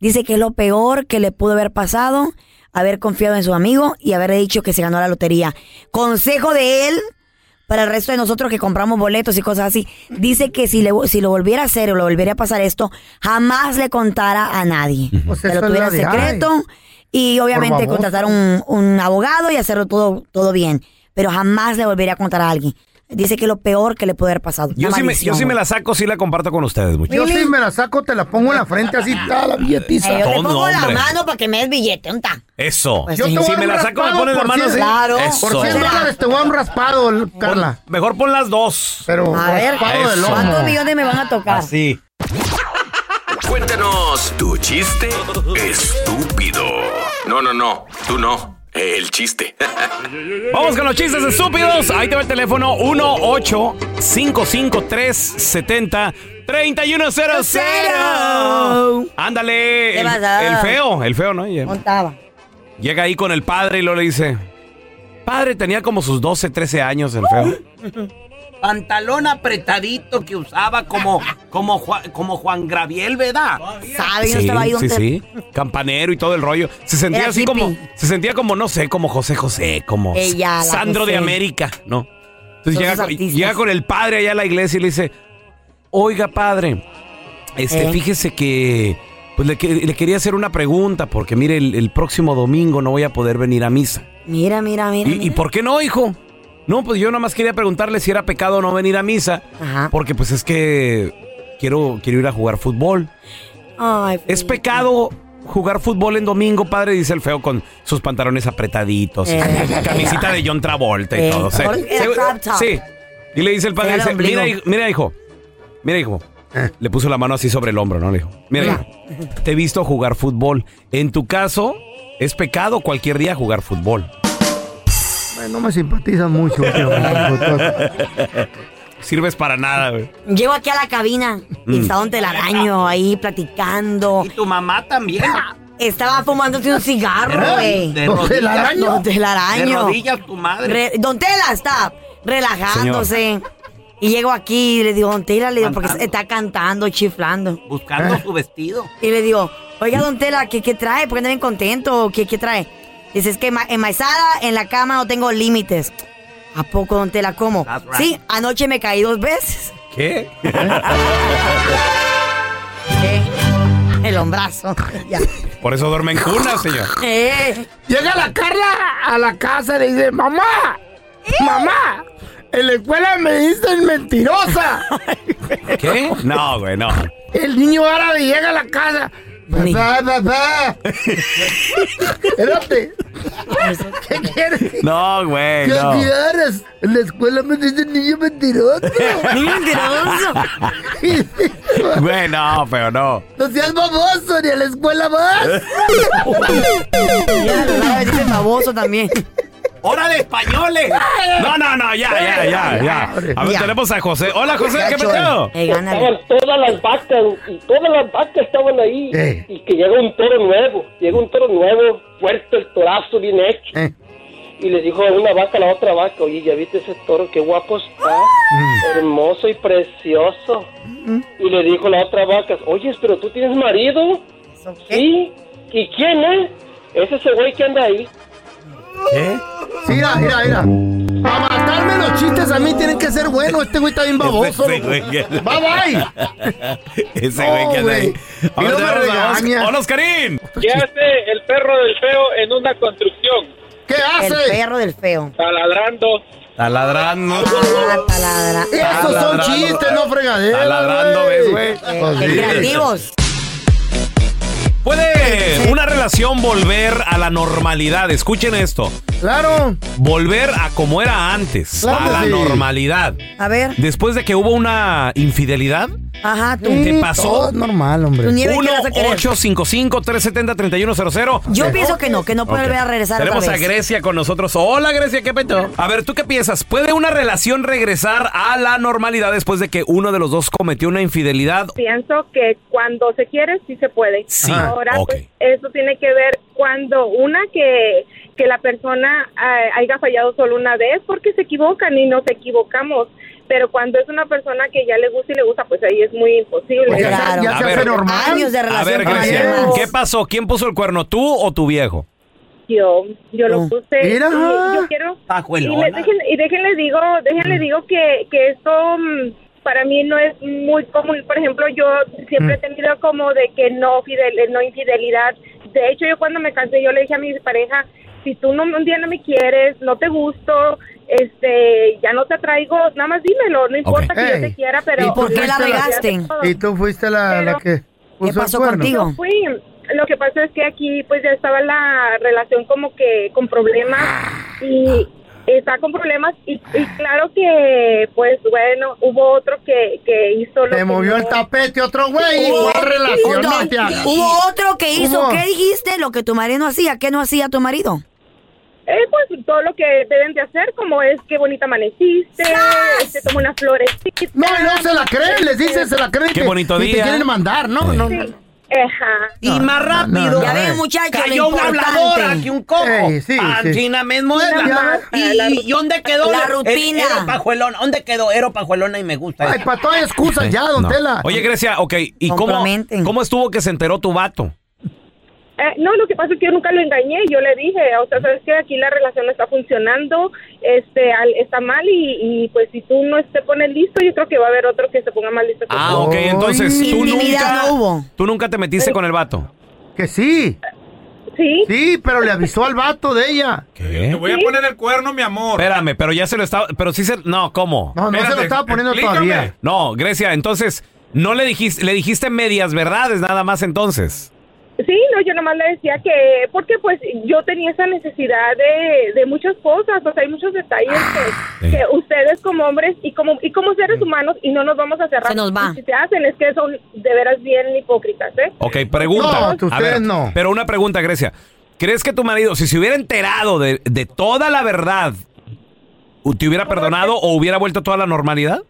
S3: Dice que es lo peor que le pudo haber pasado, haber confiado en su amigo y haberle dicho que se ganó la lotería. Consejo de él para el resto de nosotros que compramos boletos y cosas así. Dice que si, le, si lo volviera a hacer o lo volviera a pasar esto, jamás le contara a nadie.
S4: Pues
S3: Que
S4: esa
S3: lo
S4: es
S3: tuviera en
S4: la de ahí.
S3: secreto y obviamente
S4: baboso.
S3: contratar un, un abogado y hacerlo todo, todo bien. Pero jamás le volvería a contar a alguien. Dice que es lo peor que le puede haber pasado.
S1: Yo,
S3: Una
S1: sí me, yo
S3: maldición,
S1: sí me la saco, sí la comparto con ustedes,
S4: Yo
S1: muchachos.
S4: si me la saco, te la pongo en la frente así, está la billetiza.
S3: Eh, yo te
S1: Todo
S3: pongo la
S1: hombre.
S3: mano para que me des billete, un ta.
S1: Eso.
S3: Pues
S4: Yo te voy
S1: si
S4: a
S1: me la
S4: dar
S1: saco, me
S4: raspado
S1: pones la
S4: por
S1: mano
S4: cien-
S1: así.
S4: Claro.
S1: Eso.
S4: Por cien dólares te voy a dar un raspado, Carla.
S1: Mejor pon las dos.
S4: Pero A ver, raspado del ojo.
S3: ¿Cuántos millones me van a tocar?
S1: Así.
S20: Cuéntanos tu chiste estúpido. No, no, no, tú no. El chiste.
S1: Vamos con los chistes estúpidos. Ahí te va el teléfono 1 8 70 3100 Ándale.
S3: ¿Qué
S1: El,
S3: pasó?
S1: el feo, el feo, ¿no? Y-
S3: Contaba.
S1: Llega ahí con el padre y lo le dice: Padre, tenía como sus 12, 13 años el feo.
S19: Pantalón apretadito que usaba como, como, Juan, como Juan Graviel, ¿verdad?
S3: Sabe,
S1: sí, sí, sí. Campanero y todo el rollo. Se sentía
S19: Era
S1: así
S19: hippie.
S1: como, se sentía como, no sé, como José José, como
S19: Ella, la
S1: Sandro de
S19: José.
S1: América, ¿no? Entonces
S19: Todos
S1: llega
S19: esos
S1: con,
S19: artistas.
S1: llega con el padre allá a la iglesia y le dice, oiga padre, este,
S19: ¿Eh?
S1: fíjese que pues le, que- le quería hacer una pregunta porque mire, el, el próximo domingo no voy a poder venir a misa.
S3: Mira, mira, mira.
S1: ¿Y, y por qué no, hijo? No, pues yo nada más quería preguntarle si era pecado o no venir a misa, porque pues es que quiero, quiero ir a jugar fútbol.
S3: Ay,
S1: ¿Es pecado jugar fútbol en domingo, padre? Dice el feo con sus pantalones apretaditos, y
S3: Eh.
S1: camisita de John Travolta y
S3: Eh.
S1: todo. Sí.
S3: Por- era crop top.
S1: Sí. Y le dice el padre,
S3: Era el
S1: dice,
S3: ombligo. Ah.
S1: mira, hijo, mira, hijo, mira, hijo". Le puso la mano así sobre el hombro, ¿no? Le dijo, mira, hijo, te he visto jugar fútbol. En tu caso, es pecado cualquier día jugar fútbol.
S4: Ay, No me simpatizan mucho. tío.
S1: Sirves para nada, güey.
S3: Llego aquí a la cabina y
S1: Mm.
S3: estaba un telaraño ahí platicando. Y
S19: tu mamá también.
S3: Estaba fumándose un cigarro,
S19: Era
S3: güey.
S19: de Don rodillas, telaraño.
S3: Don telaraño.
S19: De rodillas, tu madre.
S3: Re- don Tela está relajándose. Y llego aquí y le digo, Don Tela, le digo, porque
S19: Cantando.
S3: está cantando, chiflando.
S19: Buscando
S1: Ah. Eh.
S19: su vestido.
S3: Y le digo, oiga, Don Tela, ¿qué, qué trae? ¿Por qué anda bien contento? ¿Qué, qué trae? Dice, es que ma- enmaizada en la cama no tengo límites. ¿A poco, Don Tela, cómo?
S6: right.
S3: Sí, anoche me caí dos veces.
S1: ¿Qué?
S3: Eh, El hombrazo. Ya.
S1: Por eso duermen cunas, señor.
S4: Llega la Carla a la casa y le dice, mamá, mamá, en la escuela me dicen mentirosa.
S1: ¿Qué? No, güey, no.
S4: El niño árabe llega a la casa. ¡Papá, papá! Espérate. ¿Qué quieres?
S1: No, güey,
S4: ¿Qué
S1: Eh, no.
S4: quieres? En la escuela me dicen niño mentiroso.
S1: Niño Güey, no, pero no.
S4: ¡No seas baboso! ¡Ni a la escuela vas!
S3: Ya, dice baboso también.
S1: ¡Hora de españoles! No, no, no, Ah, ya, ya, ya, ya. A ver,
S3: Ya.
S1: tenemos a José. Hola, José, ¿qué pasó?
S21: Estaban todas las vacas, todas las vacas estaban ahí.
S1: Eh.
S21: Y que llega un toro nuevo, llega un toro nuevo, fuerte el torazo, bien hecho. Y le dijo a una vaca a la otra vaca, oye, ya viste ese toro, qué guapo está, hermoso y precioso. Y le dijo la otra vaca, oye, pero tú tienes marido. Sí. ¿Y quién es? Es ese güey que anda ahí.
S1: ¿Qué?
S4: Sí, mira, mira, mira. Para matarme los chistes a mí tienen que ser buenos. Este güey está bien baboso.
S1: Ese
S4: loco.
S1: güey que-
S4: Bye, bye.
S1: Ese güey que anda ahí. A
S4: Y
S1: ver,
S4: no me
S1: tenemos a Oscar.
S4: regañas.
S1: Hola, Oscarín.
S22: ¿Qué hace el perro del feo en una construcción?
S4: ¿Qué
S3: hace? El perro del feo. Ah,
S22: Taladrando.
S1: Está ladrando.
S3: Taladra.
S4: Esos son
S1: ladrando.
S4: chistes, Pues no fregaderas.
S1: Está ladrando, ¿ves, güey?
S3: Eh, qué creativos.
S1: ¿Puede una relación volver a la normalidad? Escuchen esto.
S4: Claro.
S1: Volver a como era antes,
S3: Claro
S1: a la
S3: que sí.
S1: normalidad.
S3: A ver.
S1: Después de que hubo una infidelidad,
S3: Ajá, tú.
S1: ¿Te pasó?
S4: Todo es normal, hombre.
S1: 1-855-370-3100.
S3: Yo pienso que no, que no puede
S1: Ok.
S3: volver a regresar
S1: Tenemos
S3: otra
S1: a
S3: vez.
S1: Grecia con nosotros. Hola, Grecia, ¿qué pedo? A ver, ¿tú qué piensas? ¿Puede una relación regresar a la normalidad después de que uno de los dos cometió una infidelidad?
S23: Pienso que cuando se quiere, sí se puede.
S1: Sí, Ah,
S23: Ahora,
S1: ok.
S23: pues, eso tiene que ver cuando una que, que la persona eh, haya fallado solo una vez, porque se equivocan y nos equivocamos. Pero cuando es una persona que ya le gusta y le gusta, pues ahí es muy imposible.
S1: A ver,
S3: Años de
S1: A
S3: relación
S1: ver,
S3: con alguien
S1: Grecia,
S3: más.
S1: ¿qué pasó? ¿Quién puso el cuerno, tú o tu viejo?
S23: Yo, yo lo puse.
S1: mira.
S23: y yo quiero. Y,
S1: Pajuelona.
S23: le- dejen- y déjenle digo, déjenle digo que, que esto mm, para mí no es muy común. Por ejemplo, yo siempre he tenido como de que no fidel, eh, no infidelidad. De hecho, yo cuando me casé, yo le dije a mi pareja, si tú no, un día no me quieres, no te gusto, este, ya no te atraigo, nada más dímelo, no importa que yo
S4: Ey,
S23: te quiera, pero...
S4: ¿Y tú fuiste la, la que puso el cuerno?
S23: Yo fui. Lo que pasa es que aquí pues ya estaba la relación como que con problemas y está con problemas y, y claro que pues bueno, hubo otro que, que hizo lo
S4: Te
S23: que
S4: movió
S23: no-
S4: el tapete otro güey. Igual relación no te hagas.
S3: Hubo otro que hizo,
S4: Hubo.
S3: ¿qué dijiste? Lo que tu marido no hacía, ¿qué no hacía tu marido?
S23: Eh, pues todo lo que deben de hacer, como es que bonita amaneciste, te tomó unas florecitas.
S4: No, y no se la creen, les dicen, se la creen.
S1: Qué
S4: que-
S1: bonito
S4: que
S1: día.
S4: Te quieren mandar, ¿no? no, no.
S23: Ajá.
S4: Y No, más no, rápido. no, no,
S3: ya
S4: no.
S3: ven, muchachos. lo
S4: Cayó una
S3: importante.
S4: habladora, que un cojo. Ey, sí,
S19: Antina mismo es
S3: Ya.
S19: la-
S3: Ya. La
S19: ¿Y, y dónde quedó?
S3: La
S19: el-
S3: rutina.
S19: el- Ero pajuelona. ¿Dónde quedó? Ero pajuelona y me gusta.
S4: Ay, para todas excusas ya,
S1: Eh, No. Oye, Grecia, ok, ¿y cómo, cómo estuvo que se enteró tu vato?
S23: Eh, no, lo que pasa es que yo nunca lo engañé, yo le dije, o sea, sabes que aquí la relación no está funcionando, este, al- está mal y, y, pues si tú no te pones listo, yo creo que va a haber otro que se ponga más listo. que
S1: Ah,
S23: tú.
S1: ok, entonces tú nunca,
S3: no hubo.
S1: tú nunca te metiste con el vato.
S4: Que sí.
S23: Sí.
S4: Sí, pero le avisó al vato de ella.
S1: ¿Qué?
S24: Voy a poner el cuerno, mi amor.
S1: ¿Eh? Espérame, pero ya se lo estaba, pero sí se, no, ¿cómo?
S4: No, no se lo estaba poniendo
S24: explícame.
S4: todavía.
S1: No, Grecia, entonces, no le dijiste, le dijiste medias verdades nada más entonces.
S23: Sí, no, yo nomás le decía que, porque pues yo tenía esa necesidad de, de muchas cosas, o sea, hay muchos detalles
S1: Ah,
S23: que, que ustedes como hombres y como y como
S1: Mm.
S23: seres humanos, y no nos vamos a cerrar,
S3: Se nos va.
S23: y si te hacen es que son de veras bien hipócritas, ¿eh?
S1: Ok, pregunta.
S23: No, tú
S1: A
S23: ustedes
S1: ver,
S4: no.
S1: Pero una pregunta, Grecia. ¿Crees que tu marido, si se hubiera enterado de, de toda la verdad, te hubiera perdonado o hubiera vuelto a toda la normalidad?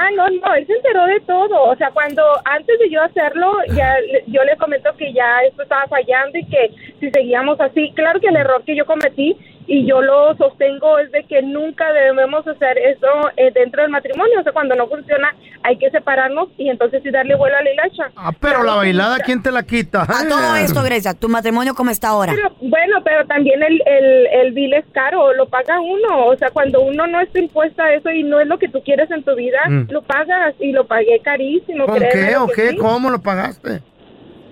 S23: Ah, no, no, él se enteró de todo. O sea, cuando antes de yo hacerlo, ya le- yo le comento que ya esto estaba fallando y que si seguíamos así, claro que el error que yo cometí y yo lo sostengo es de que nunca debemos hacer eso eh, dentro del matrimonio. O sea, cuando no funciona, hay que separarnos y entonces sí darle vuelo a la hilacha.
S4: Ah, pero la bailada, ¿quién te la quita?
S3: A todo
S4: Ah.
S3: esto, Grecia, ¿tu matrimonio cómo está ahora?
S23: Pero, bueno, pero también el, el, el bill es caro, lo paga uno. O sea, cuando uno no está impuesta a eso y no es lo que tú quieres en tu vida,
S4: Mm.
S23: lo pagas y lo pagué carísimo.
S4: ¿Con
S23: créeme
S4: qué
S23: lo
S4: o
S23: que
S4: qué?
S23: sí.
S4: ¿Cómo lo pagaste?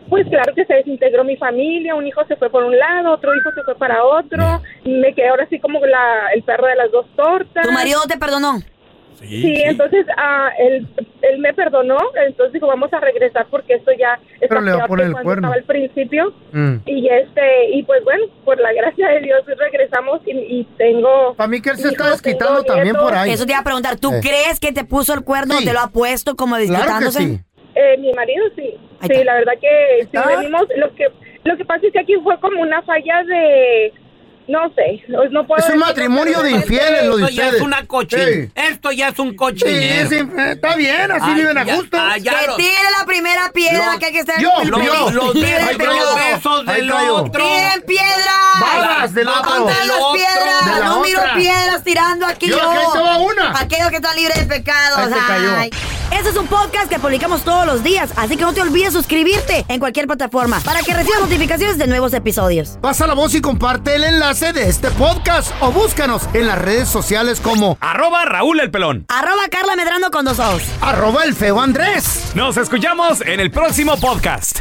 S23: Pues claro que se desintegró mi familia, un hijo se fue por un lado, otro hijo se fue para otro, me quedé ahora sí como la, el perro de las dos tortas.
S3: ¿Tu marido no te perdonó?
S23: Sí, entonces ah, él, él me perdonó, entonces dijo, vamos a regresar porque esto ya está
S4: Pero le va a
S23: peor
S4: poner
S23: que
S4: el
S23: cuando
S4: cuerno.
S23: estaba al principio.
S4: Mm.
S23: Y este, y pues bueno, por la gracia de Dios regresamos y, y tengo... Para mí que él
S4: se está desquitando también por ahí.
S3: Eso te iba a preguntar, ¿tú
S4: Eh.
S3: crees que te puso el cuerno te lo ha puesto como disquitándose?
S23: Eh, mi marido sí. Sí, la verdad que sí venimos. Lo que, lo que pasa es que aquí fue como una falla de. No sé, no- no puedo.
S4: Es un
S23: decir-
S4: matrimonio de infieles lo de
S25: Esto ya
S4: ustedes.
S25: es una cochinada.
S4: Sí.
S25: Esto ya es un cochinero.
S4: Sí, sí, está bien, así viven a gusto.
S3: que tire la primera piedra
S4: ah, Los-
S3: que hay que estar
S4: yo,
S3: el
S4: yo.
S3: primero.
S4: Los
S3: Tire
S4: besos,
S3: el primero.
S4: los besos Ahí del cayó. otro.
S3: Tiren piedras.
S4: Balas del otro.
S3: Aguanten
S4: Del
S3: las
S4: otro.
S3: piedras.
S4: De la
S3: no miro
S4: otra.
S3: piedras tirando aquí
S4: Yo,
S3: yo.
S4: que ahí te va una.
S3: Aquellos que están libres de pecados.
S4: Ahí se cayó.
S3: Ay. Este es un podcast que publicamos todos los días, así que no te olvides suscribirte en cualquier plataforma para que recibas notificaciones de nuevos episodios.
S4: Pasa la voz y comparte el enlace de este podcast o búscanos en las redes sociales como
S1: Arroba Raúl el pelón.
S3: Arroba Carla Medrano con dos ojos.
S4: arroba el feo Andrés.
S1: Nos escuchamos en el próximo podcast.